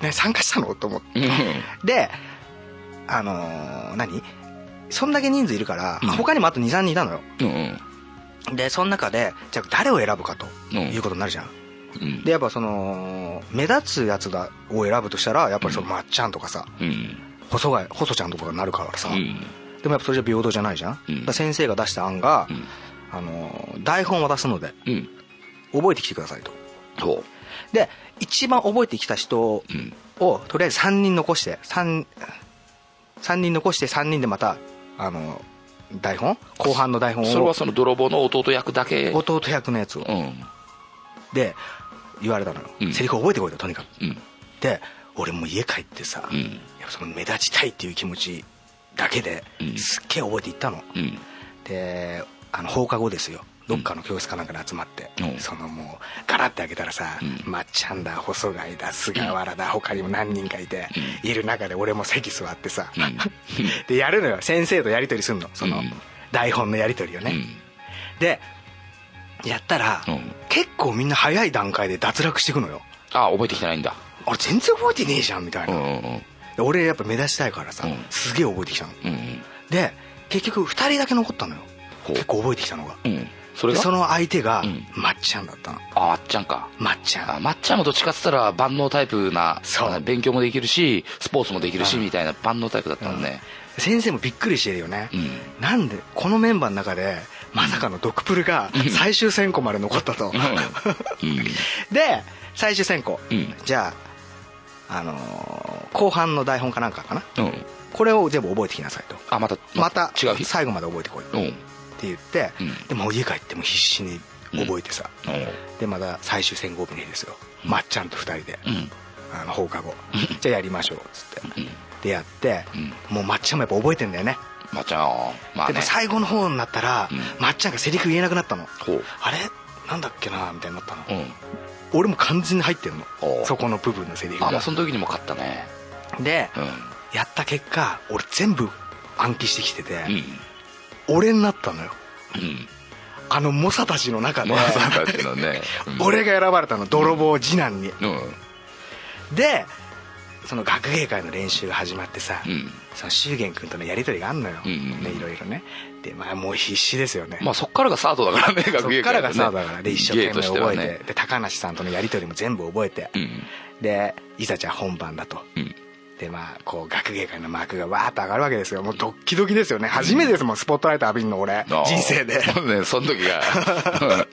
[SPEAKER 5] ね参加したのと思って。
[SPEAKER 4] うん
[SPEAKER 5] で、あのー何そんだけ人数いるから、まあ他にもあと2、3人いたのよ。
[SPEAKER 4] うん
[SPEAKER 5] で、その中で、じゃあ誰を選ぶかと
[SPEAKER 4] うん
[SPEAKER 5] いうことになるじゃん。
[SPEAKER 4] うん
[SPEAKER 5] で、やっぱその、目立つやつだを選ぶとしたら、やっぱりその、まっちゃんとかさ、
[SPEAKER 4] うん
[SPEAKER 5] 細貝、細ちゃんとかになるからさ、
[SPEAKER 4] うん
[SPEAKER 5] でもやっぱそれじゃ平等じゃないじゃん、
[SPEAKER 4] うん
[SPEAKER 5] だから先生が出した案が、
[SPEAKER 4] うん
[SPEAKER 5] あの台本を渡すので
[SPEAKER 4] うん
[SPEAKER 5] 覚えてきてくださいと
[SPEAKER 4] そう
[SPEAKER 5] で一番覚えてきた人
[SPEAKER 4] うん
[SPEAKER 5] をとりあえず3人残して 3, 三人残して3人でまたあの台本後半の台本
[SPEAKER 4] それ
[SPEAKER 5] を
[SPEAKER 4] はその泥棒の弟役だけ
[SPEAKER 5] 弟役のやつを
[SPEAKER 4] うん
[SPEAKER 5] で言われたのよ、
[SPEAKER 4] うん
[SPEAKER 5] セリフ覚えてこいととにかく
[SPEAKER 4] うん
[SPEAKER 5] で俺もう家帰ってさ、
[SPEAKER 4] うん
[SPEAKER 5] やっぱその目立ちたいっていう気持ちだけで
[SPEAKER 4] うん
[SPEAKER 5] すっげえ覚えていったの、
[SPEAKER 4] うん
[SPEAKER 5] であの放課後ですよどっかの教室かなんかで集まって、
[SPEAKER 4] うん
[SPEAKER 5] そのもうガラッて開けたらさ、
[SPEAKER 4] うん
[SPEAKER 5] まっちゃんだ細貝だ菅原だ他にも何人かいて、いる中で俺も席座ってさ、
[SPEAKER 4] うん
[SPEAKER 5] <laughs> でやるのよ先生とやり取りすんのその、
[SPEAKER 4] うん
[SPEAKER 5] 台本のやり取りをね、でやったら、
[SPEAKER 4] うん
[SPEAKER 5] 結構みんな早い段階で脱落していくのよ
[SPEAKER 4] あ覚えてきてないんだ
[SPEAKER 5] 俺全然覚えてねえじゃんみたい
[SPEAKER 4] うん
[SPEAKER 5] な、
[SPEAKER 4] うん
[SPEAKER 5] で俺やっぱ目立ちたいからさ、
[SPEAKER 4] うん
[SPEAKER 5] すげえ覚えてきたの
[SPEAKER 4] うん
[SPEAKER 5] で結局2人だけ残ったのよ
[SPEAKER 4] ほう
[SPEAKER 5] 結構覚えてきたのが
[SPEAKER 4] うんうんそれ
[SPEAKER 5] で
[SPEAKER 4] が
[SPEAKER 5] その相手が
[SPEAKER 4] うん
[SPEAKER 5] まっちゃんだったの
[SPEAKER 4] あまっちゃんか
[SPEAKER 5] まっちゃ
[SPEAKER 4] あ
[SPEAKER 5] ん
[SPEAKER 4] まっちゃんもどっちかっつったら万能タイプな
[SPEAKER 5] そう
[SPEAKER 4] あ勉強もできるしスポーツもできるし
[SPEAKER 5] うん
[SPEAKER 4] みたいな万能タイプだったんでね
[SPEAKER 5] 先生もびっくりしてるよね、
[SPEAKER 4] うん
[SPEAKER 5] なんでこのメンバーの中でまさかのドクプルが最終選考まで残ったと、
[SPEAKER 4] うん
[SPEAKER 5] で最終選考、
[SPEAKER 4] うん
[SPEAKER 5] じゃあ、あのー後半の台本かなんかかな
[SPEAKER 4] うんうん
[SPEAKER 5] これを全部覚えてきなさいと
[SPEAKER 4] あまた
[SPEAKER 5] また
[SPEAKER 4] 違う日
[SPEAKER 5] 最後まで覚えてこいっ
[SPEAKER 4] うん
[SPEAKER 5] て言って、
[SPEAKER 4] うん
[SPEAKER 5] でもう家帰っても必死に覚えてさ、
[SPEAKER 4] う
[SPEAKER 5] でまた最終選考日にですよ、まっちゃんと2人で、
[SPEAKER 4] んうん
[SPEAKER 5] あの放課後じゃあやりましょうっつっ
[SPEAKER 4] う
[SPEAKER 5] て、
[SPEAKER 4] ん
[SPEAKER 5] でやって、
[SPEAKER 4] う
[SPEAKER 5] もうまっちゃんもやっぱ覚えてんだよね
[SPEAKER 4] まっちゃんまあ
[SPEAKER 5] で
[SPEAKER 4] ね
[SPEAKER 5] も最後の方になったら、
[SPEAKER 4] うん
[SPEAKER 5] まっちゃんがセリフ言えなくなったの
[SPEAKER 4] ほう
[SPEAKER 5] あれなんだっけなみたいになったの、
[SPEAKER 4] うん
[SPEAKER 5] 俺も完全に入ってんの
[SPEAKER 4] おう
[SPEAKER 5] そこの部分のセリフ
[SPEAKER 4] あま
[SPEAKER 5] が
[SPEAKER 4] あその時にも勝ったね
[SPEAKER 5] で
[SPEAKER 4] うん
[SPEAKER 5] やった結果俺全部暗記してきて <laughs> て、
[SPEAKER 4] うん
[SPEAKER 5] 俺になったのよ
[SPEAKER 4] うん
[SPEAKER 5] あの猛者たちの中で
[SPEAKER 4] まあそうだけどねうん
[SPEAKER 5] <laughs> 俺が選ばれたの泥棒次男に、
[SPEAKER 4] うん
[SPEAKER 5] でその学芸会の練習が始まってさ、
[SPEAKER 4] うん
[SPEAKER 5] その祝言君とのやり取りがあんのよ、
[SPEAKER 4] うんうんうん
[SPEAKER 5] ねいろいろねでまあもう必死ですよね
[SPEAKER 4] まあそっからがスタートだから
[SPEAKER 5] <laughs>
[SPEAKER 4] ね
[SPEAKER 5] そ
[SPEAKER 4] 学
[SPEAKER 5] っ
[SPEAKER 4] 芸
[SPEAKER 5] から
[SPEAKER 4] 会
[SPEAKER 5] がさだからで一生
[SPEAKER 4] 芸と
[SPEAKER 5] 懸
[SPEAKER 4] し
[SPEAKER 5] 命
[SPEAKER 4] は
[SPEAKER 5] 覚えて
[SPEAKER 4] ね
[SPEAKER 5] で高梨さんとのやり取りも全部覚えて、
[SPEAKER 4] うん
[SPEAKER 5] でいざじゃあ本番だと
[SPEAKER 4] うん
[SPEAKER 5] でまあこう学芸会の幕がわーっと上がるわけですよもうドッキドキですよね初めてですもんスポットライト浴びるの俺
[SPEAKER 4] あー
[SPEAKER 5] 人生で
[SPEAKER 4] ね <laughs> その時
[SPEAKER 5] <laughs>
[SPEAKER 4] が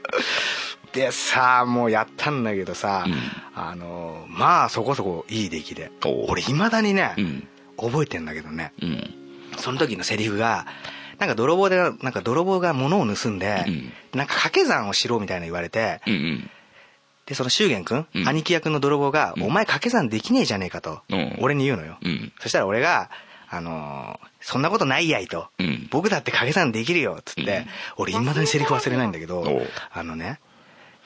[SPEAKER 5] でさあもうやったんだけどさ、
[SPEAKER 4] うん
[SPEAKER 5] あのまあそこそこいい出来で
[SPEAKER 4] おう
[SPEAKER 5] 俺いまだにね、
[SPEAKER 4] うん
[SPEAKER 5] 覚えてんだけどね
[SPEAKER 4] うん
[SPEAKER 5] その時のセリフがなんか泥棒でなんか泥棒が物を盗んで、
[SPEAKER 4] うん
[SPEAKER 5] なんか掛け算をしろみたいな言われて
[SPEAKER 4] うんうん
[SPEAKER 5] でその祝言君、
[SPEAKER 4] うん
[SPEAKER 5] 兄貴役の泥棒が、
[SPEAKER 4] うん
[SPEAKER 5] お前掛け算できねえじゃねえかと、
[SPEAKER 4] うん
[SPEAKER 5] 俺に言うのよ、
[SPEAKER 4] うん
[SPEAKER 5] そしたら俺が、あのーそんなことないやいと、
[SPEAKER 4] うん
[SPEAKER 5] 僕だって掛け算できるよっつって、
[SPEAKER 4] うん
[SPEAKER 5] 俺いまだにセリフ忘れないんだけど、
[SPEAKER 4] おう
[SPEAKER 5] あのね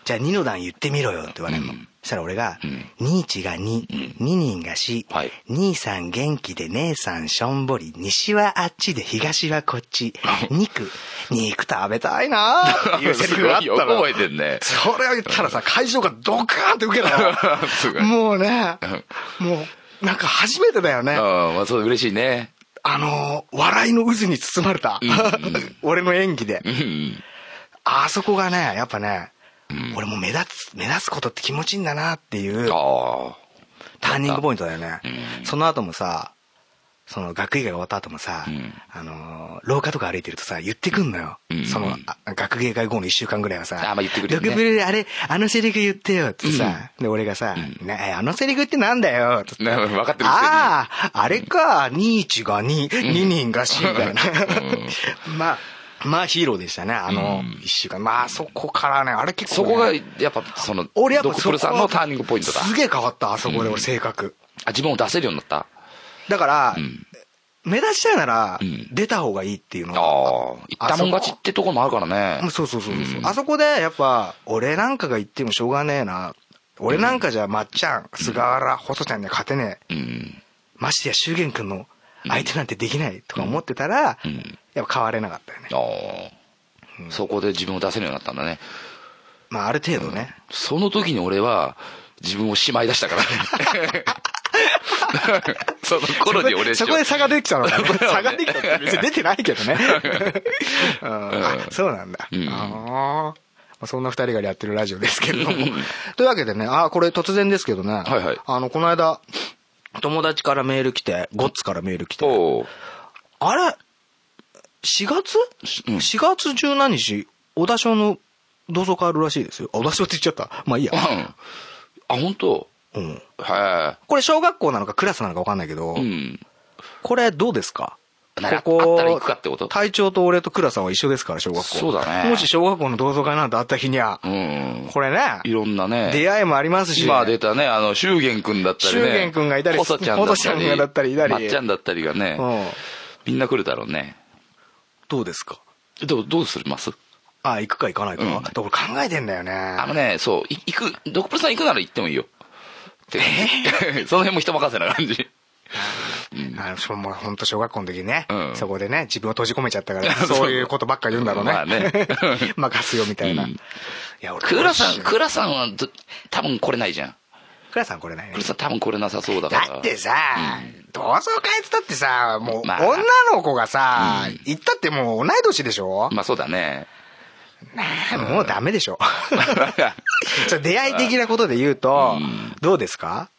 [SPEAKER 5] じゃあ2の段言ってみろよって言われるの、
[SPEAKER 4] うん
[SPEAKER 5] そしたら俺が
[SPEAKER 4] うん
[SPEAKER 5] 「二一が2」「二人が4」
[SPEAKER 4] はい
[SPEAKER 5] 兄さん元気で姉さんしょんぼり西はあっちで東はこっち肉肉食べたいな
[SPEAKER 4] <laughs>
[SPEAKER 5] ーっていうセリフがあった
[SPEAKER 4] すごい
[SPEAKER 5] の
[SPEAKER 4] 覚えてんね
[SPEAKER 5] それを言ったらさ会場がドカーンって受けた
[SPEAKER 4] <laughs>
[SPEAKER 5] の
[SPEAKER 4] すごい
[SPEAKER 5] もうねもうなんか初めてだよね
[SPEAKER 4] ああまあそう嬉しいね
[SPEAKER 5] あのー笑いの渦に包まれた、
[SPEAKER 4] うんうん
[SPEAKER 5] <laughs> 俺の演技で
[SPEAKER 4] うんうん
[SPEAKER 5] あそこがねやっぱね、俺も目立つ目立つことって気持ちいいんだなっていう
[SPEAKER 4] あ
[SPEAKER 5] ターニングポイントだよね、
[SPEAKER 4] うん
[SPEAKER 5] その後もさその学芸会が終わった後もさ、
[SPEAKER 4] うん
[SPEAKER 5] あのー廊下とか歩いてるとさ言ってくんのよ、
[SPEAKER 4] うん
[SPEAKER 5] そのあ学芸会後の1週間ぐらいはさ
[SPEAKER 4] あまあ言ってくるよね
[SPEAKER 5] よくぶりあれあのセリフ言ってよ」ってさ、で俺がさ「ねえあのセリフってなんだよ」って
[SPEAKER 4] あな分かってる
[SPEAKER 5] ああ、あれか、21が2、2人が死みたいな。 <laughs> まあ、まあヒーローでしたね、あの一週間。まあそこからね、あれ結
[SPEAKER 4] そ
[SPEAKER 5] 構ね、
[SPEAKER 4] こがやっぱその
[SPEAKER 5] 俺やっぱ
[SPEAKER 4] ドク
[SPEAKER 5] そ
[SPEAKER 4] ト
[SPEAKER 5] こ
[SPEAKER 4] ルさんのターニングポイントだ
[SPEAKER 5] すげえ変わった、あそこで俺性格。
[SPEAKER 4] あ自分を出せるようになった
[SPEAKER 5] だから、
[SPEAKER 4] ん
[SPEAKER 5] 目立ちたいなら
[SPEAKER 4] うん、
[SPEAKER 5] 出た方がいいっていうの
[SPEAKER 4] ああ
[SPEAKER 5] は
[SPEAKER 4] 行ったもん勝ちってとこもあるから
[SPEAKER 5] あそこ
[SPEAKER 4] ね
[SPEAKER 5] うんそうそうそうそう、
[SPEAKER 4] うん
[SPEAKER 5] あそこでやっぱ、俺なんかが言ってもしょうがねえな。俺なんかじゃ、まっちゃん、菅原、細ちゃんには勝てねえ。
[SPEAKER 4] うん
[SPEAKER 5] ましてや修玄君の相手なんてできないとか思ってたら、
[SPEAKER 4] うん
[SPEAKER 5] やっぱ変われなかったよね、
[SPEAKER 4] ああそこで自分を出せるようになったんだね
[SPEAKER 5] まあ、ある程度ね、
[SPEAKER 4] その時に俺は自分をしまい出したから
[SPEAKER 5] <laughs>
[SPEAKER 4] ねその頃に俺
[SPEAKER 5] そこで差が出てきた
[SPEAKER 4] <laughs>
[SPEAKER 5] のか、ね、
[SPEAKER 4] そこだよね
[SPEAKER 5] 差ができたって
[SPEAKER 4] <laughs>
[SPEAKER 5] 別に出てないけどね、うんあそうなんだ、
[SPEAKER 4] ん
[SPEAKER 5] あーまあそんな二人がやってるラジオですけれども
[SPEAKER 4] うん。
[SPEAKER 5] <laughs> というわけでね、あーこれ突然ですけどね。
[SPEAKER 4] いはい
[SPEAKER 5] あの、この間、友達からメール来て、ゴッツからメール来て、
[SPEAKER 4] おう
[SPEAKER 5] あれ ?4 月
[SPEAKER 4] しうん
[SPEAKER 5] ?4 月十何日、小田賞の同窓会あるらしいですよ。あ、小田賞って言っちゃった。まあいいや
[SPEAKER 4] うん。あ本当
[SPEAKER 5] うん。
[SPEAKER 4] は
[SPEAKER 5] これ小学校なのかクラスなのか分かんないけど、
[SPEAKER 4] いうん
[SPEAKER 5] これどうですか
[SPEAKER 4] ならあったら行くかってこと
[SPEAKER 5] 隊長と俺と倉さんは一緒ですから、小学校。
[SPEAKER 4] そうだね
[SPEAKER 5] もし小学校の同窓会なんてあった日には、
[SPEAKER 4] うん
[SPEAKER 5] これね、
[SPEAKER 4] いろんなね
[SPEAKER 5] 出会いもありますし、
[SPEAKER 4] 今出たね、あの、修玄君だったりね。
[SPEAKER 5] 修玄君がいたり
[SPEAKER 4] 細ちゃんだっ
[SPEAKER 5] 細ち
[SPEAKER 4] た
[SPEAKER 5] ゃん
[SPEAKER 4] り。
[SPEAKER 5] がだったりいたり
[SPEAKER 4] まっちゃんだったりがね、
[SPEAKER 5] うん、
[SPEAKER 4] みんな来るだろうね。
[SPEAKER 5] どうですか
[SPEAKER 4] どう、どうするます
[SPEAKER 5] あ、行くか行かないか。
[SPEAKER 4] うん
[SPEAKER 5] だから俺考えてんだよね。
[SPEAKER 4] あのね、そう、い行く、ドクプルさん行くなら行ってもいいよ。って感じ <laughs> その辺も人任せな感じ。
[SPEAKER 5] あの、そうもう本当小学校の時ね、
[SPEAKER 4] うん
[SPEAKER 5] そこでね、自分を閉じ込めちゃったから、
[SPEAKER 4] <laughs> そう
[SPEAKER 5] そういうことばっか言うんだろうね。
[SPEAKER 4] まあね
[SPEAKER 5] <laughs> 任すよみたいな。
[SPEAKER 4] うん
[SPEAKER 5] いや、俺、
[SPEAKER 4] クラさん、
[SPEAKER 5] ク
[SPEAKER 4] クラさんはど、多分来れないじゃん。
[SPEAKER 5] ラさんこれないね
[SPEAKER 4] クラ。さん多分来れなさそうだから。
[SPEAKER 5] だってさ、同窓会っつったってさ、もう
[SPEAKER 4] まあ
[SPEAKER 5] 女の子がさ、行ったってもう同い年でしょ、
[SPEAKER 4] まあそうだね。 <laughs>
[SPEAKER 5] もうダメでしょ。ちょ出会い的なことで言うと、どうですか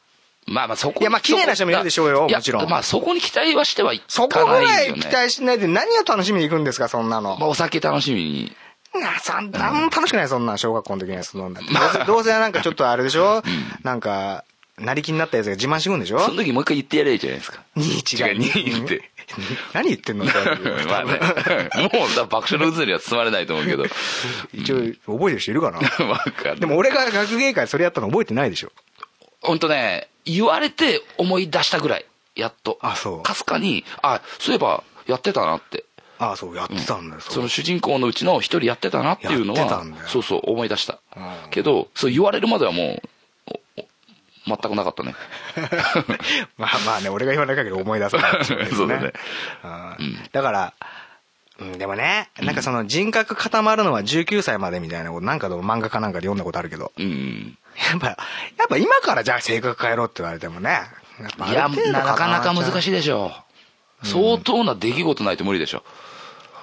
[SPEAKER 4] まあまあそこ
[SPEAKER 5] いやまあ綺麗な人もいるでしょうよ
[SPEAKER 4] いや
[SPEAKER 5] もちろん
[SPEAKER 4] まあそこに期待はしてはい
[SPEAKER 5] そこ
[SPEAKER 4] か
[SPEAKER 5] ぐ
[SPEAKER 4] な
[SPEAKER 5] ら
[SPEAKER 4] い
[SPEAKER 5] い
[SPEAKER 4] よね。
[SPEAKER 5] 期待しないで何を楽しみに行くんですか、そんなの。
[SPEAKER 4] まあお酒楽しみに。
[SPEAKER 5] なあ、そんな、ん、楽しくない、そんな、小学校の時にはそんなんだって。どうせ、どうせなんかちょっとあれでしょなんか、なりきになったやつが自慢してくんでしょ
[SPEAKER 4] その時もう一回言ってやればいいじゃないです
[SPEAKER 5] <laughs>
[SPEAKER 4] か。
[SPEAKER 5] 2、
[SPEAKER 4] 違う2って。
[SPEAKER 5] <laughs> 何言ってんのって話です
[SPEAKER 4] <laughs> まあね。 <laughs> もうだ爆笑の渦には包まれないと思うけど。 <laughs>
[SPEAKER 5] 一応、覚えてる人いるかな
[SPEAKER 4] わかんない
[SPEAKER 5] でも俺が学芸会それやったの覚えてないでしょ。
[SPEAKER 4] ほんとね、言われて思い出したぐらい。やっと。
[SPEAKER 5] あそう
[SPEAKER 4] かすかに、あ、そういえばやってたなって。
[SPEAKER 5] ああ、そう、やってたんだよ、
[SPEAKER 4] そうの主人公のうちの一人やってたなっていうの
[SPEAKER 5] やってた
[SPEAKER 4] は
[SPEAKER 5] んだよ、
[SPEAKER 4] そうそう思い出した
[SPEAKER 5] う。ん
[SPEAKER 4] けど、そう言われるまではもう、おお全くなか
[SPEAKER 5] <laughs>
[SPEAKER 4] ったね。
[SPEAKER 5] まあまあね、俺が言わない限り思い出さな
[SPEAKER 4] <laughs>
[SPEAKER 5] い、
[SPEAKER 4] そうだね
[SPEAKER 5] うん。だから、うん、でもね、なんかその人格固まるのは19歳までみたいなこと、なんかでも漫画かなんかで読んだことあるけど、
[SPEAKER 4] うん。
[SPEAKER 5] やっぱ、やっぱ今からじゃあ性格変えろって言われてもね、やっぱ
[SPEAKER 4] いや、なかなか難
[SPEAKER 5] い。
[SPEAKER 4] しいでしょう。相当な出来事ないと無理でしょ。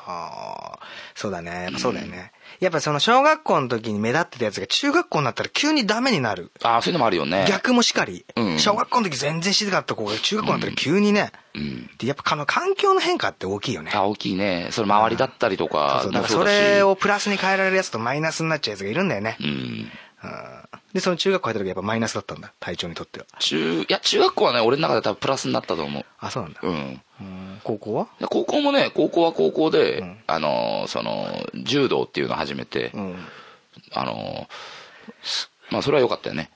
[SPEAKER 5] あーそうだね、やっぱそうだよね。やっぱその小学校の時に目立ってたやつが中学校になったら急にダメになる。
[SPEAKER 4] ああ、そういうのもあるよね。。
[SPEAKER 5] 逆もしかり、
[SPEAKER 4] うん
[SPEAKER 5] 小学校の時全然静かだった子が中学校になったら急にね、
[SPEAKER 4] うん。
[SPEAKER 5] でやっぱあの環境の変化って大きいよね。
[SPEAKER 4] あ、大きいね。それ周りだったりとか、
[SPEAKER 5] そうそうだ
[SPEAKER 4] なんか
[SPEAKER 5] からそう
[SPEAKER 4] だし
[SPEAKER 5] れをプラスに変えられるやつとマイナスになっちゃうやつがいるんだよね
[SPEAKER 4] う。ん。
[SPEAKER 5] うんで、その中学校入った時やっぱマイナスだったんだ、体調にとっては。
[SPEAKER 4] 中、いや、中学校はね、俺の中で多分プラスになったと思う。
[SPEAKER 5] あ、そうなんだ。
[SPEAKER 4] うん。
[SPEAKER 5] うん高校は
[SPEAKER 4] で高校もね、高校は高校で、
[SPEAKER 5] ん
[SPEAKER 4] あのー、その、柔道っていうのを始めて、
[SPEAKER 5] う
[SPEAKER 4] あのー、まあ、それは良かったよね。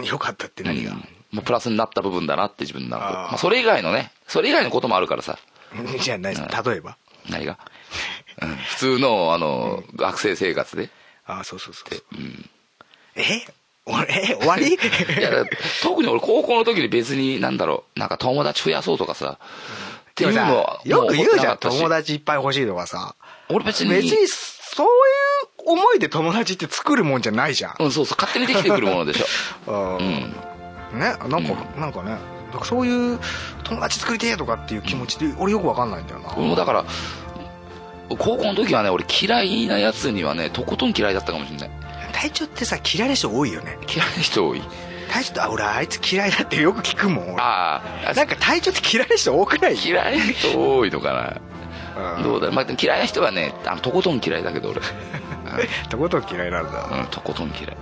[SPEAKER 5] ん。 <laughs> よかったって何が
[SPEAKER 4] うん。まあ、プラスになった部分だなって自分の中で。
[SPEAKER 5] あー
[SPEAKER 4] まあ、それ以外のね、それ以外のこともあるからさ。
[SPEAKER 5] <laughs> じゃあ何、例えば。
[SPEAKER 4] 何が、うん、普通の、あの、学生生活で。
[SPEAKER 5] あ、そうそうそうそう。
[SPEAKER 4] うん。
[SPEAKER 5] え <laughs> 俺、え終わり
[SPEAKER 4] いや、だ特に俺高校の時に別に、なんだろう、なんか友達増やそうとかさ、って
[SPEAKER 5] で
[SPEAKER 4] い
[SPEAKER 5] も
[SPEAKER 4] うの
[SPEAKER 5] さ
[SPEAKER 4] は、
[SPEAKER 5] よく言うじゃん、友
[SPEAKER 4] 友達。
[SPEAKER 5] 達いっぱい欲しいとかさ。
[SPEAKER 4] 俺別に、
[SPEAKER 5] 別に、そういう思いで友達って作るもんじゃないじゃん。
[SPEAKER 4] うん、そうそう、勝手にできてくるもので
[SPEAKER 5] <laughs>
[SPEAKER 4] しょ。
[SPEAKER 5] うん
[SPEAKER 4] う
[SPEAKER 5] ね、
[SPEAKER 4] ん。
[SPEAKER 5] なんか、なんかね、なんかそういう友達作りてえとかっていう気持ちで、俺よくわかんないんだよな。
[SPEAKER 4] 俺もだから、高校の時はね、俺嫌いなやつにはね、とことん嫌いだったかもしれない。
[SPEAKER 5] 体調ってさ、嫌いな人多いよね。
[SPEAKER 4] 嫌いな人多い。
[SPEAKER 5] 体調って、あ、俺あいつ嫌いだってよく聞くもん、俺。
[SPEAKER 4] ああ、
[SPEAKER 5] なんか体調って嫌いな人多くない
[SPEAKER 4] 嫌いな人多いのか
[SPEAKER 5] う
[SPEAKER 4] な。
[SPEAKER 5] ん
[SPEAKER 4] どうだろう。まあ、でも嫌いな人はね、あのとことん嫌いだけど俺。
[SPEAKER 5] ってことは嫌いなんだ。
[SPEAKER 4] うん、とことん嫌い。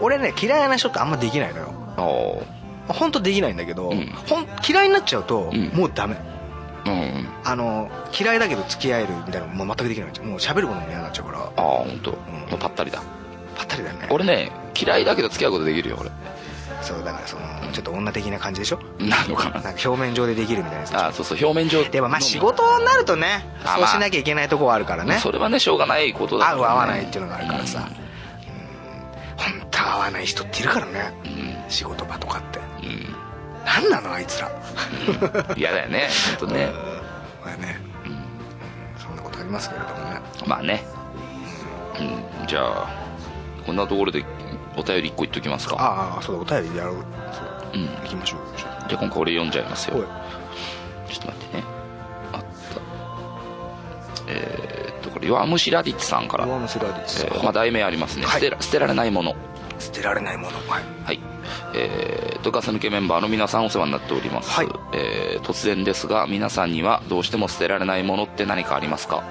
[SPEAKER 5] 俺ね、嫌いな人ってあんまできないのよ。
[SPEAKER 4] おー
[SPEAKER 5] 本当できないんだけど、
[SPEAKER 4] うん
[SPEAKER 5] ほん嫌いになっちゃうと、
[SPEAKER 4] うん
[SPEAKER 5] もうダメ。
[SPEAKER 4] うん。
[SPEAKER 5] あの、嫌いだけど付き合えるみたいなのもう全くできない。もう喋ることも嫌になっちゃうから、
[SPEAKER 4] ああ、ほんと。
[SPEAKER 5] うん
[SPEAKER 4] ぱったりだ。
[SPEAKER 5] ぱったりだよね。
[SPEAKER 4] 俺ね、嫌いだけど付き合うことできるよ、
[SPEAKER 5] そう、だからその、ちょっと女的な感じでしょ
[SPEAKER 4] 俺。なのか
[SPEAKER 5] なん
[SPEAKER 4] な。
[SPEAKER 5] か表面上でできるみたいなやつでしょ
[SPEAKER 4] ああ、そうそう、表面上のみ。
[SPEAKER 5] でもまあ仕事になるとね、
[SPEAKER 4] あ
[SPEAKER 5] そう
[SPEAKER 4] まあ
[SPEAKER 5] しなきゃいけないとこはあるからね。
[SPEAKER 4] それはね、しょうがないことだから
[SPEAKER 5] 合う
[SPEAKER 4] ね
[SPEAKER 5] 合わないっていうのがあるからさ。うん本当合わない人っているからね。仕事場とかって。
[SPEAKER 4] うん。うん
[SPEAKER 5] なんなのあいつら。
[SPEAKER 4] 嫌だよね、ほんとね。
[SPEAKER 5] まあね、そんなことありますけれどもね
[SPEAKER 4] まあね。うん、じゃあ、こんなところでお便り1個言っときますか。
[SPEAKER 5] ああそうだお便りやろうそう
[SPEAKER 4] うん。
[SPEAKER 5] 行きましょう行きましょう
[SPEAKER 4] じゃあ今回俺読んじゃいますよ。
[SPEAKER 5] おい
[SPEAKER 4] ちょっと待ってね。あった。えーっと、これ、弱虫ラディッツさんから。
[SPEAKER 5] 上乗せられて
[SPEAKER 4] えーまあ、題名ありますね、
[SPEAKER 5] はい
[SPEAKER 4] 捨てら捨てられないもの
[SPEAKER 5] 捨てられないものはい
[SPEAKER 4] はいえー、とガス抜けメンバーの皆さんお世話になっております、
[SPEAKER 5] はい
[SPEAKER 4] えー突然ですが皆さんにはどうしても捨てられないものって何かありますか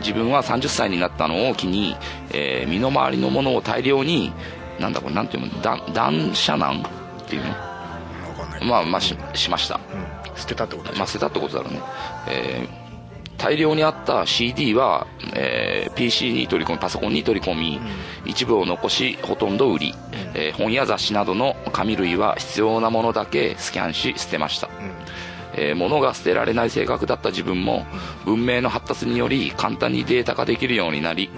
[SPEAKER 4] 自分は30歳になったのを機に、えー身の回りのものを大量になんだこれなんていうの断断捨なんっていうの
[SPEAKER 5] 分かんない、
[SPEAKER 4] まあまあししました
[SPEAKER 5] うん、捨てたってことでし
[SPEAKER 4] ま
[SPEAKER 5] ょ
[SPEAKER 4] あ、捨てたってことだろうね、えー大量にあった CD は、えー PC に取り込みパソコンに取り込み、一部を残しほとんど売り、えー本や雑誌などの紙類は必要なものだけスキャンし捨てました、えー物が捨てられない性格だった自分も文明の発達により簡単にデータ化できるようになり、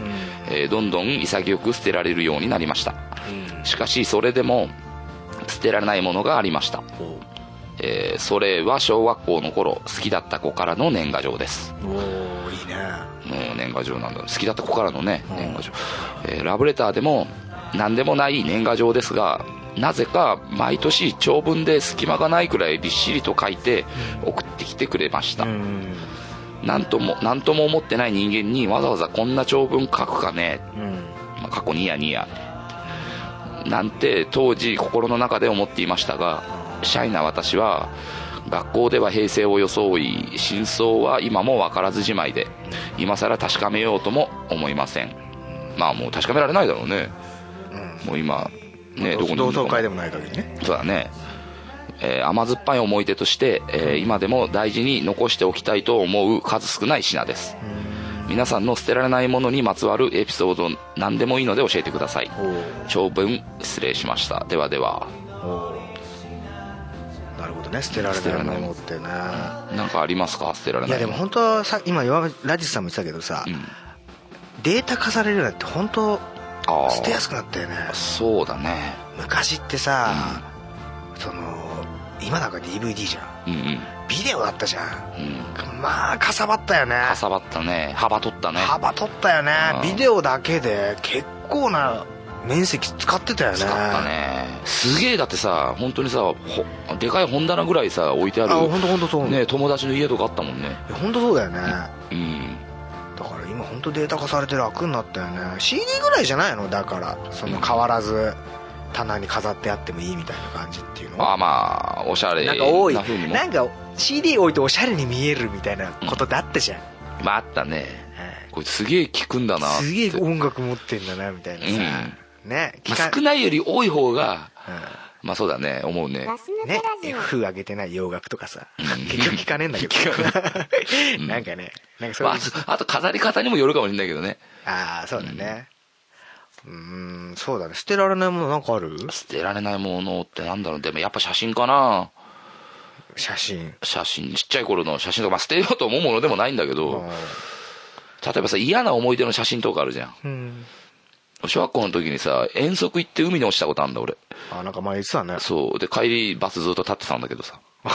[SPEAKER 4] えーどんどん潔く捨てられるようになりましたしかしそれでも捨てられないものがありました、えーそれは小学校の頃好きだった子からの年賀状です
[SPEAKER 5] おおいいね
[SPEAKER 4] うん年賀状なんだ好きだった子からのね年賀状、えーラブレターでも何でもない年賀状ですがなぜか毎年長文で隙間がないくらいびっしりと書いて送ってきてくれました、
[SPEAKER 5] うん
[SPEAKER 4] なんともなんとも思ってない人間にわざわざこんな長文書くかね
[SPEAKER 5] うん
[SPEAKER 4] まあ過去ニヤニヤなんて当時心の中で思っていましたがシャイな私は学校では平成を装い真相は今も分からずじまいで今更確かめようとも思いませんまあもう確かめられないだろうね、もう今ねどこにいるの
[SPEAKER 5] 同
[SPEAKER 4] か
[SPEAKER 5] 窓会でもない限りね
[SPEAKER 4] そうだね、えー甘酸っぱい思い出として、えー今でも大事に残しておきたいと思う数少ない品です皆さんの捨てられないものにまつわるエピソード何でもいいので教えてください
[SPEAKER 5] お
[SPEAKER 4] 長文失礼しましたではでは
[SPEAKER 5] おなるほどね捨てられないものってね
[SPEAKER 4] 何かありますか捨てられ
[SPEAKER 5] い
[SPEAKER 4] な
[SPEAKER 5] や
[SPEAKER 4] い
[SPEAKER 5] でも本当さ今岩ラジスさんも言ってたけどさ、
[SPEAKER 4] うん
[SPEAKER 5] データ化されるようになって本当
[SPEAKER 4] あー
[SPEAKER 5] 捨てやすくなったよね
[SPEAKER 4] そうだね
[SPEAKER 5] 昔ってさ、その今なんか DVD じゃん
[SPEAKER 4] うんうん
[SPEAKER 5] ビデオだったじゃ
[SPEAKER 4] う
[SPEAKER 5] ん
[SPEAKER 4] ん
[SPEAKER 5] まあかさばったよね
[SPEAKER 4] かさばったね幅取ったね
[SPEAKER 5] 幅取ったよね
[SPEAKER 4] うん
[SPEAKER 5] ビデオだけで結構な面積使ってたよね
[SPEAKER 4] 使ったねすげえだってさ本当にさほでかい本棚ぐらいさ置いてあ
[SPEAKER 5] あ
[SPEAKER 4] る
[SPEAKER 5] 本当本当そう、
[SPEAKER 4] ね友達の家とかあったもんね
[SPEAKER 5] いや本当そうだよね、
[SPEAKER 4] うん
[SPEAKER 5] だから今本んとデータ化されて楽になったよね CD ぐらいじゃないのだからその変わらず棚に飾ってあってもいいみたいな感じっていうの
[SPEAKER 4] まあまあおしゃれ
[SPEAKER 5] なんか多い
[SPEAKER 4] 風にも
[SPEAKER 5] なんか CD 置いておしゃれに見えるみたいなことだったじゃん、
[SPEAKER 4] まああったねこれすげえ聞くんだなって
[SPEAKER 5] すげえ音楽持ってんだなみたいなさ、ね
[SPEAKER 4] ま
[SPEAKER 5] 聞
[SPEAKER 4] あ
[SPEAKER 5] か、
[SPEAKER 4] 少ないより多い方が
[SPEAKER 5] う
[SPEAKER 4] まあそうだね思うね
[SPEAKER 2] ガス抜
[SPEAKER 5] ん、
[SPEAKER 2] けラ
[SPEAKER 5] ね
[SPEAKER 2] ジオ。
[SPEAKER 5] F 上げてない洋楽とかさ結局聞かねえんだけど <laughs> なんかねなんかそう
[SPEAKER 4] ま
[SPEAKER 5] いう
[SPEAKER 4] あ、あと飾り方にもよるかもしれないけどね
[SPEAKER 5] ああそうだねうーんそうだね捨てられないものなんかある
[SPEAKER 4] 捨てられないものってなんだろうでもやっぱ写真かな
[SPEAKER 5] 写真
[SPEAKER 4] 写真ちっちゃい頃の写真とか、まあ、捨てようと思うものでもないんだけど
[SPEAKER 5] う
[SPEAKER 4] 例えばさ嫌な思い出の写真とかあるじゃん
[SPEAKER 5] ん
[SPEAKER 4] 小学校の時にさ遠足行って海に落ちたことあんだ俺
[SPEAKER 5] あなんか前言ってたね
[SPEAKER 4] そうで帰りバスずっと立ってたんだけどさ <laughs>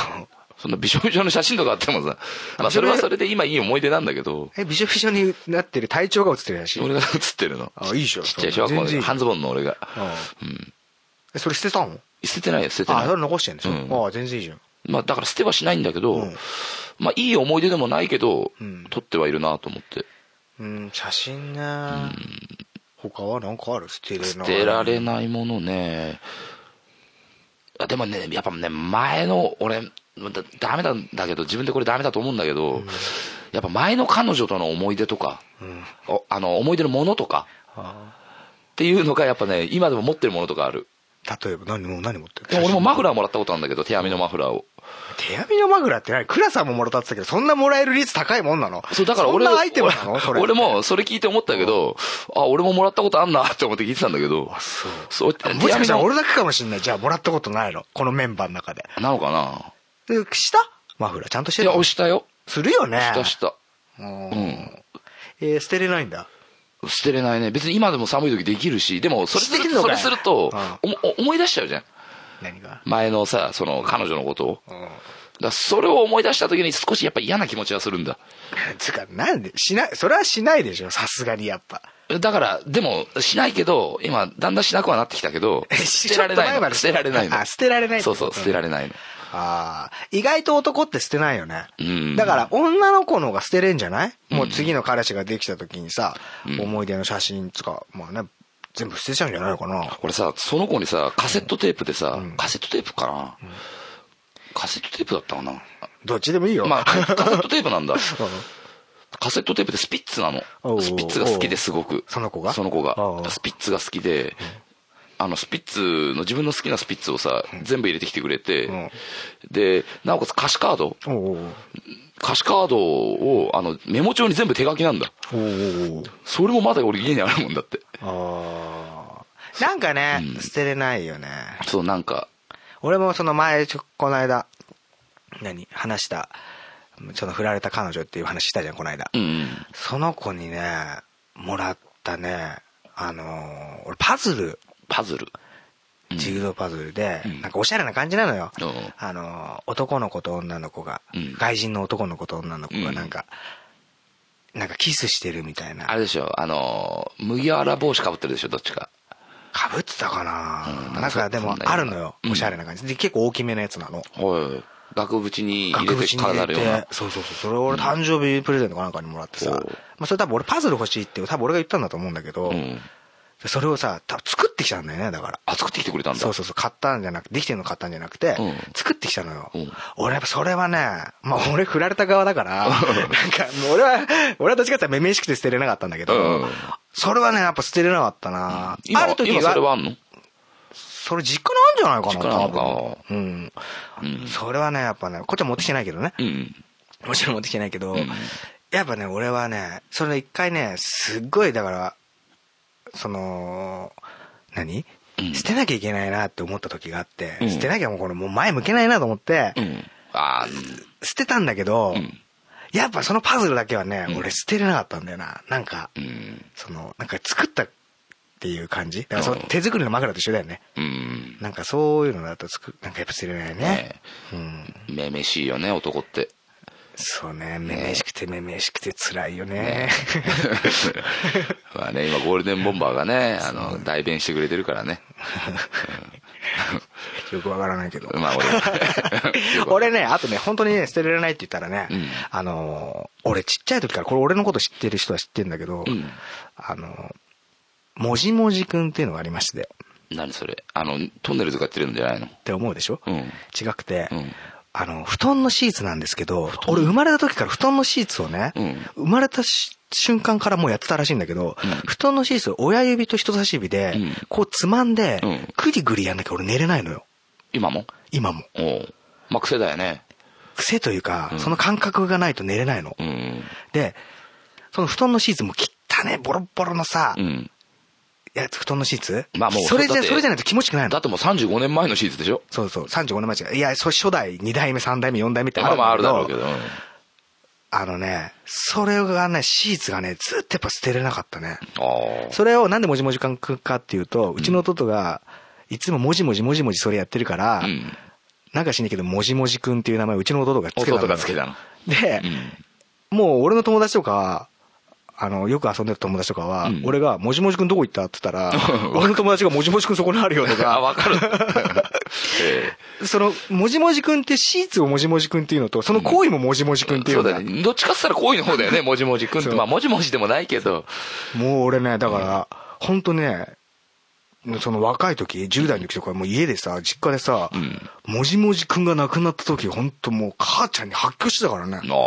[SPEAKER 4] そんなびしょびしょの写真とかあってもさ、まあ、それはそれで今いい思い出なんだけど
[SPEAKER 5] えびしょびしょになってる体調が映ってる写
[SPEAKER 4] 俺
[SPEAKER 5] 真
[SPEAKER 4] が写ってるの
[SPEAKER 5] あいいじゃん
[SPEAKER 4] ちっちゃい小学校の
[SPEAKER 5] 全然い
[SPEAKER 4] 時
[SPEAKER 5] い
[SPEAKER 4] 半ズボンの俺が
[SPEAKER 5] うんえそれ捨てたの
[SPEAKER 4] 捨ててないよ捨ててな
[SPEAKER 5] あ
[SPEAKER 4] い
[SPEAKER 5] それ残してんでしょ、
[SPEAKER 4] うん
[SPEAKER 5] ああ全然いいじゃん
[SPEAKER 4] まあ、だから捨てはしないんだけど、
[SPEAKER 5] うん
[SPEAKER 4] まあ、いい思い出でもないけど、
[SPEAKER 5] うん
[SPEAKER 4] 撮ってはいるなと思って
[SPEAKER 5] うん写真ね、他は何かある捨てれない
[SPEAKER 4] 捨てられないものねあでもねやっぱね前の俺だダメなんだけど自分でこれダメだと思うんだけど、やっぱ前の彼女との思い出とか、おあの思い出のものとか
[SPEAKER 5] あ
[SPEAKER 4] っていうのがやっぱね今でも持ってるものとかある
[SPEAKER 5] 例えば何もう何持ってる
[SPEAKER 4] でも俺もマフラーもらったことあるんだけど手編みのマフラーを
[SPEAKER 5] 手編みのマグラって何クラさんももらったって言ってたけどそんなもらえる率高いもんなの
[SPEAKER 4] そうだから俺
[SPEAKER 5] そんなアイテムなのそれ
[SPEAKER 4] 俺もそれ聞いて思ったけど、あ俺ももらったことあんなって思って聞いてたんだけど
[SPEAKER 5] あそう
[SPEAKER 4] そう
[SPEAKER 5] あもしかしたら
[SPEAKER 4] 手紙の
[SPEAKER 5] 俺だけかもしんないじゃあもらったことないのこのメンバーの中で
[SPEAKER 4] なのかな
[SPEAKER 5] でしたマフラーちゃんとして
[SPEAKER 4] い
[SPEAKER 5] る
[SPEAKER 4] や押したよ
[SPEAKER 5] するよね
[SPEAKER 4] 押したした
[SPEAKER 5] うん
[SPEAKER 4] うん
[SPEAKER 5] えー捨てれないんだ
[SPEAKER 4] 捨てれないね別に今でも寒い時できるしでもそれす
[SPEAKER 5] でき
[SPEAKER 4] る
[SPEAKER 5] んの
[SPEAKER 4] そ
[SPEAKER 5] か
[SPEAKER 4] れ
[SPEAKER 5] い
[SPEAKER 4] するとお
[SPEAKER 5] う
[SPEAKER 4] もお思い出しちゃうじゃん
[SPEAKER 5] 何が <laughs>
[SPEAKER 4] 前のさその彼女のことをだか
[SPEAKER 5] うん
[SPEAKER 4] らそれを思い出した時に少しやっぱ嫌な気持ちはするんだ
[SPEAKER 5] つうかなんでしないそれはしないでしょさすがにやっぱ
[SPEAKER 4] だからでもしないけど今だんだんしなくはなってきたけど捨てられ
[SPEAKER 5] <laughs> ちょっと
[SPEAKER 4] ない
[SPEAKER 5] 前ま
[SPEAKER 4] の
[SPEAKER 5] で
[SPEAKER 4] 捨てられないの
[SPEAKER 5] あ捨てられないって
[SPEAKER 4] そ
[SPEAKER 5] こ
[SPEAKER 4] う
[SPEAKER 5] と
[SPEAKER 4] そう捨てられないの
[SPEAKER 5] ああ、意外と男って捨てないよね。
[SPEAKER 4] うん
[SPEAKER 5] だから女の子の方が捨てれんじゃない、もう次の彼氏ができた時にさ、思い出の写真とか、まあね、全部捨てちゃうんじゃないのかな。
[SPEAKER 4] 俺さその子にさカセットテープでさ、カセットテープかな、カセットテープだったかな
[SPEAKER 5] どっちでもいいよ。
[SPEAKER 4] まあカカセットテープなんだ
[SPEAKER 5] <laughs> うん
[SPEAKER 4] カセットテープでスピッツなの
[SPEAKER 5] おうおう
[SPEAKER 4] スピッツが好きですごく
[SPEAKER 5] その子が
[SPEAKER 4] その子
[SPEAKER 5] おうお
[SPEAKER 4] が
[SPEAKER 5] う
[SPEAKER 4] スピッツが好きであのスピッツの自分の好きなスピッツをさ全部入れてきてくれて、
[SPEAKER 5] うん
[SPEAKER 4] でなおかつ歌詞カード
[SPEAKER 5] おうおう
[SPEAKER 4] 歌詞カードをあのメモ帳に全部手書きなんだ
[SPEAKER 5] おうおう
[SPEAKER 4] それもまだ俺家にあるもんだって
[SPEAKER 5] ああ。なんかね、
[SPEAKER 4] うん
[SPEAKER 5] 捨てれないよね。
[SPEAKER 4] そうなんか
[SPEAKER 5] 俺もその前、ちょこの間、何話した、その振られた彼女っていう話したじゃん、この間。
[SPEAKER 4] うんうん
[SPEAKER 5] その子にね、もらったね、あのー俺パズル、
[SPEAKER 4] パズル
[SPEAKER 5] ジグゾーパズルで、
[SPEAKER 4] ん
[SPEAKER 5] なんかおしゃれな感じなのよ。
[SPEAKER 4] うん
[SPEAKER 5] あのー男の子と女の子が、
[SPEAKER 4] うん
[SPEAKER 5] 外人の男の子と女の子
[SPEAKER 4] う
[SPEAKER 5] が
[SPEAKER 4] ん
[SPEAKER 5] なんか、なんかキスしてるみたいな。
[SPEAKER 4] あれでしょあの麦わら帽子かぶってるでしょどっちか
[SPEAKER 5] かぶってたかな、
[SPEAKER 4] うん
[SPEAKER 5] なんかでも
[SPEAKER 4] なんかそんなような
[SPEAKER 5] あるのよ。おしゃれな感じで。結構大きめのやつなの。
[SPEAKER 4] はい額縁に入
[SPEAKER 5] 額
[SPEAKER 4] れて
[SPEAKER 5] 縁に入
[SPEAKER 4] 飾
[SPEAKER 5] れ
[SPEAKER 4] る
[SPEAKER 5] て
[SPEAKER 4] ような
[SPEAKER 5] そうそうそうそれを俺誕生日プレゼントかなんかにもらってさ、
[SPEAKER 4] おう
[SPEAKER 5] まあ、それ多分俺パズル欲しいって多分俺が言ったんだと思うんだけど、
[SPEAKER 4] うん
[SPEAKER 5] それをさ多分作ってきたんだよねだから
[SPEAKER 4] あ作ってきてくれたんだ
[SPEAKER 5] そうそうそう買ったんじゃなくてできてるの買ったんじゃなくて、
[SPEAKER 4] うん
[SPEAKER 5] 作ってきたのよ、
[SPEAKER 4] うん
[SPEAKER 5] 俺やっぱそれはねまあ俺振られた側だからなんかもう俺は俺はどっちかっていうとめめしくて捨てれなかったんだけど、
[SPEAKER 4] うん
[SPEAKER 5] それはねやっぱ捨てれなかったな、
[SPEAKER 4] 今
[SPEAKER 5] ある時
[SPEAKER 4] 今それはあ
[SPEAKER 5] は
[SPEAKER 4] んの
[SPEAKER 5] それ実家なんじゃないかな
[SPEAKER 4] 実家なの
[SPEAKER 5] 多分うん、
[SPEAKER 4] うん
[SPEAKER 5] それはねやっぱねこっちは持ってきてないけどね
[SPEAKER 4] うん
[SPEAKER 5] もちろん持ってきてないけど、
[SPEAKER 4] ん
[SPEAKER 5] やっぱね俺はねそれ一回ねすっごいだからその何、
[SPEAKER 4] うん
[SPEAKER 5] 捨てなきゃいけないなって思った時があって、
[SPEAKER 4] うん
[SPEAKER 5] 捨てなきゃもうこれもう前向けないなと思って、
[SPEAKER 4] うんああ
[SPEAKER 5] 捨てたんだけど、
[SPEAKER 4] うん
[SPEAKER 5] やっぱそのパズルだけはね、
[SPEAKER 4] うん
[SPEAKER 5] 俺捨てれなかったんだよななんか、
[SPEAKER 4] うん
[SPEAKER 5] そのなんか作ったっていう感じだからその
[SPEAKER 4] うん
[SPEAKER 5] 手作りの枕と一緒だよね
[SPEAKER 4] うん
[SPEAKER 5] なんかそういうのだと作なんかやっぱ捨てれないね
[SPEAKER 4] ね
[SPEAKER 5] うん
[SPEAKER 4] めめしいよね男って
[SPEAKER 5] そうねめめしくてめめしくて辛いよね
[SPEAKER 4] ねまあね
[SPEAKER 5] <laughs>
[SPEAKER 4] 今ゴールデンボンバーがねあの代弁してくれてるからね
[SPEAKER 5] <laughs> よくわからないけど。
[SPEAKER 4] まあ俺 <laughs>
[SPEAKER 5] 俺ね、あとね、本当にね、捨てられないって言ったらね、
[SPEAKER 4] うん
[SPEAKER 5] あのー、俺ちっちゃい時から、これ俺のこと知ってる人は知ってんだけど、
[SPEAKER 4] うん
[SPEAKER 5] あのー、もじもじくんっていうのがありまして、
[SPEAKER 4] 何それあのトンネルズがやってるんじゃないの
[SPEAKER 5] って思うでしょ、
[SPEAKER 4] うん
[SPEAKER 5] 違くて、
[SPEAKER 4] うん
[SPEAKER 5] あの、布団のシーツなんですけど、俺生まれた時から布団のシーツをね、
[SPEAKER 4] う
[SPEAKER 5] 生まれたし瞬間からもうやってたらしいんだけど、
[SPEAKER 4] うん
[SPEAKER 5] 布団のシーツを親指と人差し指で、
[SPEAKER 4] うん
[SPEAKER 5] こうつまんで、
[SPEAKER 4] うん
[SPEAKER 5] ぐりぐりやんなきゃ俺寝れないのよ。
[SPEAKER 4] 今も
[SPEAKER 5] 今も。
[SPEAKER 4] おうまあ癖だよね
[SPEAKER 5] 癖というか、
[SPEAKER 4] うん
[SPEAKER 5] その感覚がないと寝れないの。
[SPEAKER 4] うん
[SPEAKER 5] で、その布団のシーツも汚ね、ボロッボロのさ、
[SPEAKER 4] うん
[SPEAKER 5] やつ布団のシーツ
[SPEAKER 4] まあもう
[SPEAKER 5] それじ
[SPEAKER 4] だ
[SPEAKER 5] ゃ、
[SPEAKER 4] って
[SPEAKER 5] それじゃないと気持ちくな
[SPEAKER 4] だ
[SPEAKER 5] いの。
[SPEAKER 4] ってもう35年前のシーズンでしょ
[SPEAKER 5] そうそう、35年間違い。いや、そう初代、2代目、3代目、4代目って
[SPEAKER 4] まあまああ
[SPEAKER 5] あ
[SPEAKER 4] る
[SPEAKER 5] る
[SPEAKER 4] だ
[SPEAKER 5] んだ
[SPEAKER 4] ろう
[SPEAKER 5] け
[SPEAKER 4] け
[SPEAKER 5] ど、
[SPEAKER 4] どうん
[SPEAKER 5] あのね、それがね、シーツがね、ずっとやっぱ捨てれなかったね。
[SPEAKER 4] ああ
[SPEAKER 5] それをなんでもじもじ感覚かっていうと、うちの弟が、いつももじもじもじもじそれやってるから、
[SPEAKER 4] うん
[SPEAKER 5] なんかしねえけど、もじもじくんっていう名前をうちの弟がつけたの
[SPEAKER 4] 弟がつけたの
[SPEAKER 5] で、もう俺の友達とかは、あの、よく遊んでた友達とかは、
[SPEAKER 4] うん、
[SPEAKER 5] 俺が、もじもじくんどこ行ったって言ったら
[SPEAKER 4] <laughs>
[SPEAKER 5] 俺の友達がもじもじくんそこにあるよと
[SPEAKER 4] うんあ
[SPEAKER 5] か、
[SPEAKER 4] 分かるえ
[SPEAKER 5] その、もじもじくんってシーツをもじもじくんっていうのと、その行為ももじもじくんっ
[SPEAKER 4] え
[SPEAKER 5] てい
[SPEAKER 4] そ
[SPEAKER 5] う
[SPEAKER 4] う
[SPEAKER 5] のが
[SPEAKER 4] だねどっちかっつったらこういうの方だよねもじもじくんって
[SPEAKER 5] そう
[SPEAKER 4] まあもじもじでもないけど
[SPEAKER 5] もう俺ね、だから、ほんとね、その若い時、10代の時とか、もう家でさ、実家でさ、
[SPEAKER 4] うん
[SPEAKER 5] もじもじくんが亡くなった時、ほんともう母ちゃんに発狂してたからね。
[SPEAKER 4] ああ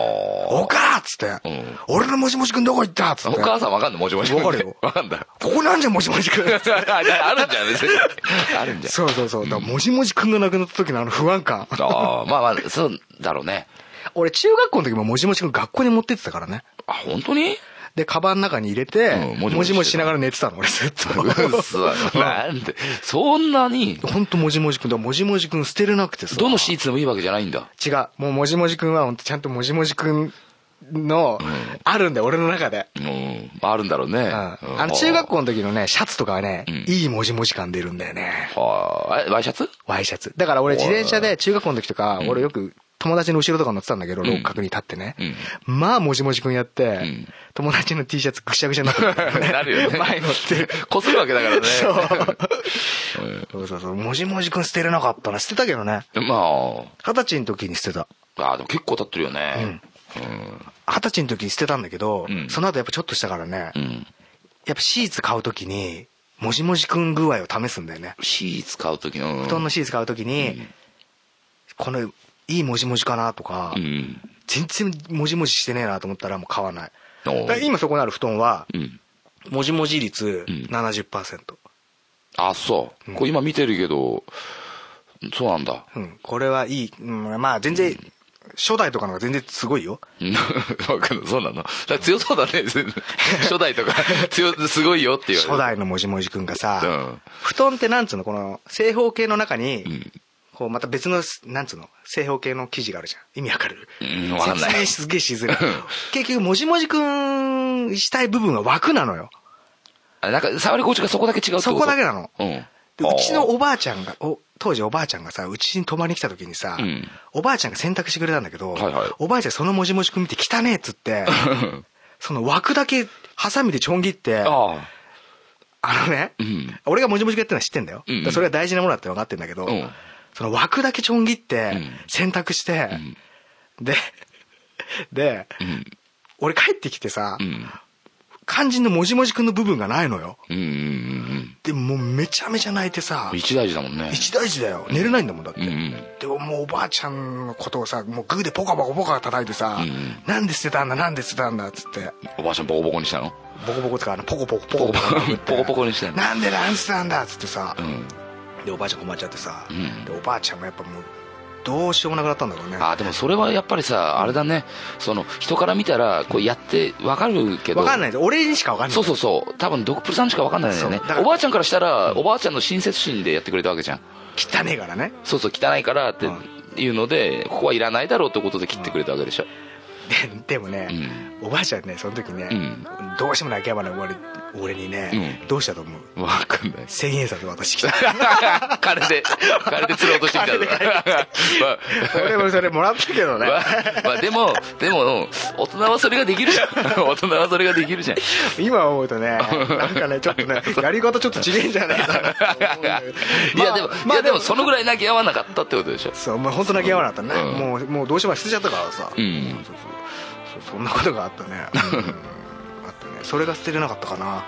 [SPEAKER 5] おかーっつって、
[SPEAKER 4] うん
[SPEAKER 5] 俺のもじもじくんどこ行ったっつっ
[SPEAKER 4] お
[SPEAKER 5] て。
[SPEAKER 4] 母さんわかんのもじもじくんって
[SPEAKER 5] わかるよ
[SPEAKER 4] わかんだ
[SPEAKER 5] ここなんじゃん、もじもじくん。
[SPEAKER 4] あ <laughs> じゃああるんじゃん別にあるんじゃん
[SPEAKER 5] そうそうそう。だからもじもじくんが亡くなった時のあの不安感。
[SPEAKER 4] ああまあまあそうだろうね
[SPEAKER 5] 俺、中学校の時ももじもじくん学校に持ってってたからね。
[SPEAKER 4] あ本当
[SPEAKER 5] <laughs>
[SPEAKER 4] に
[SPEAKER 5] で、カバンの中に入れて、
[SPEAKER 4] うんもじ
[SPEAKER 5] もじ
[SPEAKER 4] も
[SPEAKER 5] も
[SPEAKER 4] じしてた
[SPEAKER 5] じしながら寝てたの、俺ずっと。
[SPEAKER 4] うそなんでそんなに
[SPEAKER 5] ほんともじもじくんだ。もじもじくん捨てれなくてさ。
[SPEAKER 4] どのシーツでもいいわけじゃないんだ
[SPEAKER 5] 違う。もうもじもじくんは本当ちゃんともじもじくんの、あるんだよ、俺の中で。
[SPEAKER 4] うんあるんだろうね、
[SPEAKER 5] うん。あ
[SPEAKER 4] うん
[SPEAKER 5] の、中学校の時のね、シャツとかはね
[SPEAKER 4] うん、
[SPEAKER 5] いいもじもじ感出るんだよね。
[SPEAKER 4] はあえワイシャツ
[SPEAKER 5] ワイシャツ。だから俺自転車で中学校の時とか、俺よく友達の後ろとか乗ってたんだけど、六角に立ってね。まあ、もじもじくんやって
[SPEAKER 4] ん、
[SPEAKER 5] 友達の T シャツぐしゃぐしゃになってた
[SPEAKER 4] <laughs> なるよね
[SPEAKER 5] 前乗 <laughs> って。
[SPEAKER 4] こするわけだからね
[SPEAKER 5] そうそうそう。もじもじくん捨てれなかったな。捨てたけどね。
[SPEAKER 4] <laughs> ま
[SPEAKER 5] 二十歳の時に捨てた。
[SPEAKER 4] ああでも結構経ってるよね
[SPEAKER 5] 二十歳の時に捨てたんだけど、
[SPEAKER 4] うん
[SPEAKER 5] その後やっぱちょっとしたからね、
[SPEAKER 4] うん、
[SPEAKER 5] やっぱシーツ買うときに、もじもじくん具合を試すんだよね。
[SPEAKER 4] シーツ買う時の
[SPEAKER 5] 布団のシーツ買うときに、この、いいもじもじかなとか、
[SPEAKER 4] うん
[SPEAKER 5] 全然もじもじしてねえなと思ったらもう買わない。
[SPEAKER 4] おう
[SPEAKER 5] だから今そこにある布団は、
[SPEAKER 4] うん
[SPEAKER 5] もじもじ率
[SPEAKER 4] うん
[SPEAKER 5] 70%。
[SPEAKER 4] あそう、これ今見てるけどそうなん
[SPEAKER 5] <laughs>
[SPEAKER 4] だ
[SPEAKER 5] うん。これはいい。うん、まあ全然、初代とかの方が全然すごいよ。
[SPEAKER 4] うんわかんないそうなのだから強そうだ
[SPEAKER 5] <laughs>
[SPEAKER 4] ね初代とか強すごいよって言われ
[SPEAKER 5] 初
[SPEAKER 4] る
[SPEAKER 5] 代のもじもじくんがさ、
[SPEAKER 4] うん
[SPEAKER 5] 布団ってなんつうのこの正方形の中に、
[SPEAKER 4] ん
[SPEAKER 5] こうまた別のすなんつうの正方形の生地があるじゃん意味わかる、
[SPEAKER 4] うんわかんない
[SPEAKER 5] 説明すげえしづらい結局もじもじくんしたい部分は枠なのよ
[SPEAKER 4] あなんか触り心地がそこだけ違うってこと
[SPEAKER 5] そこだけなの
[SPEAKER 4] うん
[SPEAKER 5] でうちのおばあちゃんがお当時おばあちゃんがさうちに泊まりに来た時にさ、
[SPEAKER 4] うん
[SPEAKER 5] おばあちゃんが洗濯してくれたんだけど、
[SPEAKER 4] はいはい
[SPEAKER 5] おばあちゃんそのもじもじくん見て汚ねえっつ
[SPEAKER 4] <laughs>
[SPEAKER 5] って
[SPEAKER 4] うん
[SPEAKER 5] その枠だけハサミでちょん切って
[SPEAKER 4] ああ
[SPEAKER 5] あのね、
[SPEAKER 4] うん
[SPEAKER 5] 俺がもじもじくやってるのは知ってんだよ。
[SPEAKER 4] うんうん
[SPEAKER 5] だからそれが大事なものだって分かってんだけど、
[SPEAKER 4] うん
[SPEAKER 5] その枠だけちょん切って
[SPEAKER 4] うん、
[SPEAKER 5] 洗濯して、で、で、俺帰ってきてさ、
[SPEAKER 4] うん
[SPEAKER 5] 肝心のもじもじくんの部分がないのよ。
[SPEAKER 4] うんうんうん
[SPEAKER 5] で、もうめちゃめちゃ泣いてさ
[SPEAKER 4] うん、一大事だもんね
[SPEAKER 5] 一大事だよ。寝れないんだもんだって。
[SPEAKER 4] うんうん
[SPEAKER 5] でももうおばあちゃんのことをさ、もうグーでポカポカポカ叩いてさ、
[SPEAKER 4] うんうん
[SPEAKER 5] なんで捨てたんだ、なんで捨てたんだっつって、
[SPEAKER 4] おばあちゃんボコボコにしたの
[SPEAKER 5] ボコボコとかあのポコポコポ
[SPEAKER 4] ポコポ
[SPEAKER 5] コポ
[SPEAKER 4] コ
[SPEAKER 5] コ
[SPEAKER 4] <laughs> ポコポコにしてんの
[SPEAKER 5] なんでなんつったんだっつってさ、
[SPEAKER 4] うん
[SPEAKER 5] でおばあちゃん困っちゃってさ、
[SPEAKER 4] ん
[SPEAKER 5] でおばあちゃんもやっぱもうどうしようもなくなったんだろうね
[SPEAKER 4] ああでもそれはやっぱりさあれだねその人から見たらこうやってわかるけど
[SPEAKER 5] 分かんないで俺にしか分かんない
[SPEAKER 4] そうそうそう多分ドクプルさんしかわかんないんだよね
[SPEAKER 5] そうだから
[SPEAKER 4] おばあちゃんからしたらおばあちゃんの親切心でやってくれたわけじゃん
[SPEAKER 5] 汚ねえからね <laughs>
[SPEAKER 4] そうそう汚いからって
[SPEAKER 5] う
[SPEAKER 4] いうのでここはいらないだろうってことで切ってくれたわけでしょ
[SPEAKER 5] ででもね、おばあちゃんねその時ね、
[SPEAKER 4] うん
[SPEAKER 5] どうしても泣きやまない俺俺にね、
[SPEAKER 4] う
[SPEAKER 5] どうしたと思う
[SPEAKER 4] わかんない <laughs>
[SPEAKER 5] 千円札渡してきた
[SPEAKER 4] 金で金で釣ろうとしてきたぞ <laughs>
[SPEAKER 5] 俺もそれもらったけどね
[SPEAKER 4] まあ、まあでもでも大人はそれができるじゃん大人はそれができるじゃん
[SPEAKER 5] 今思うとね <laughs> なんかねちょっとねやり方ちょっと違えんじゃないかなって思うんだけど
[SPEAKER 4] い
[SPEAKER 5] <laughs>
[SPEAKER 4] やでも、
[SPEAKER 5] ま
[SPEAKER 4] い
[SPEAKER 5] あ
[SPEAKER 4] やでもそのぐらい泣き合わなかったってことでしょ
[SPEAKER 5] そうまあ本当泣きやわなかったね、
[SPEAKER 4] うん
[SPEAKER 5] もうもうどうしても捨てちゃったからさ、
[SPEAKER 4] うん
[SPEAKER 5] そうそうそうそんなことがあったね、うんあったねそれが捨てれなかったか <laughs> な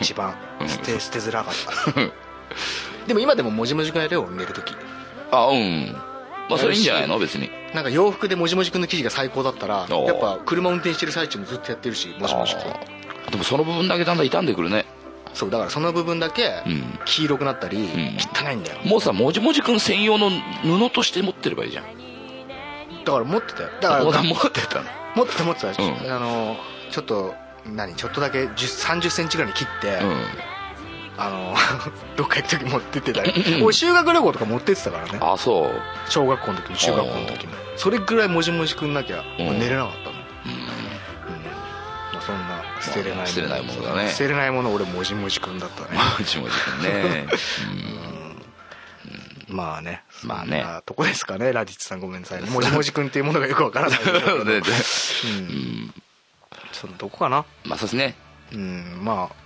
[SPEAKER 5] 一番捨て捨てづらかった <laughs> でも今でももじもじくんやるよ俺寝る時
[SPEAKER 4] あうんまあそれいいんじゃないの別に
[SPEAKER 5] なんか洋服でもじもじくんの生地が最高だったら
[SPEAKER 4] おー
[SPEAKER 5] やっぱ車運転してる最中もずっとやってるしもじもじくん
[SPEAKER 4] あでもその部分だけだんだん傷んでくるね
[SPEAKER 5] そうだからその部分だけ
[SPEAKER 4] うん
[SPEAKER 5] 黄色くなったり、
[SPEAKER 4] ん
[SPEAKER 5] 汚いんだよ
[SPEAKER 4] もうさもじもじくん専用の布として持ってればいいじゃん
[SPEAKER 5] だから持ってたよだから
[SPEAKER 4] お持ってたの
[SPEAKER 5] 持ってた持ってた、
[SPEAKER 4] うん
[SPEAKER 5] あのちょっと何ちょっとだけ1 0センチぐらいに切って、
[SPEAKER 4] うん
[SPEAKER 5] あの <laughs> どっか行く時持ってってたり俺修学旅行とか持ってってたからね
[SPEAKER 4] あそう
[SPEAKER 5] 小学校の時も中学校の時もそれぐらいもじもじくんなきゃ
[SPEAKER 4] うん
[SPEAKER 5] 寝れなかったもん、うんまあそんな捨てれないもの
[SPEAKER 4] 捨てれないものだね
[SPEAKER 5] 捨てれないもの俺もじもじくんだった
[SPEAKER 4] <laughs>
[SPEAKER 5] ね
[SPEAKER 4] もじもじくんね
[SPEAKER 5] まあね
[SPEAKER 4] まあね
[SPEAKER 5] そんなとこですかねラディッチさんごめんなさいもじもじくんっていうものがよく
[SPEAKER 4] <laughs>
[SPEAKER 5] わからないけど <laughs>
[SPEAKER 4] うんでで
[SPEAKER 5] うんそのどこかな
[SPEAKER 4] まあそうですね
[SPEAKER 5] うんまあ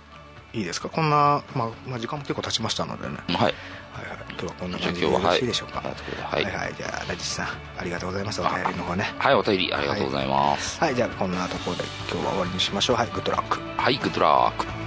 [SPEAKER 5] いいですかこんな、まあ、まあ時間も結構経ちましたのでね、
[SPEAKER 4] はい
[SPEAKER 5] はいはい、今日はこんな
[SPEAKER 4] じゃあ
[SPEAKER 5] 感
[SPEAKER 4] 今日
[SPEAKER 5] じで
[SPEAKER 4] は
[SPEAKER 5] よろ
[SPEAKER 4] はい
[SPEAKER 5] しいでしょうか
[SPEAKER 4] はいということではい
[SPEAKER 5] はい、じゃあラジスさんありがとうございますお便りの方ね
[SPEAKER 4] はいお便りありがとうございます
[SPEAKER 5] はいじゃあこんなところで今日は終わりにしましょうはいグッドラック
[SPEAKER 4] はいグッドラック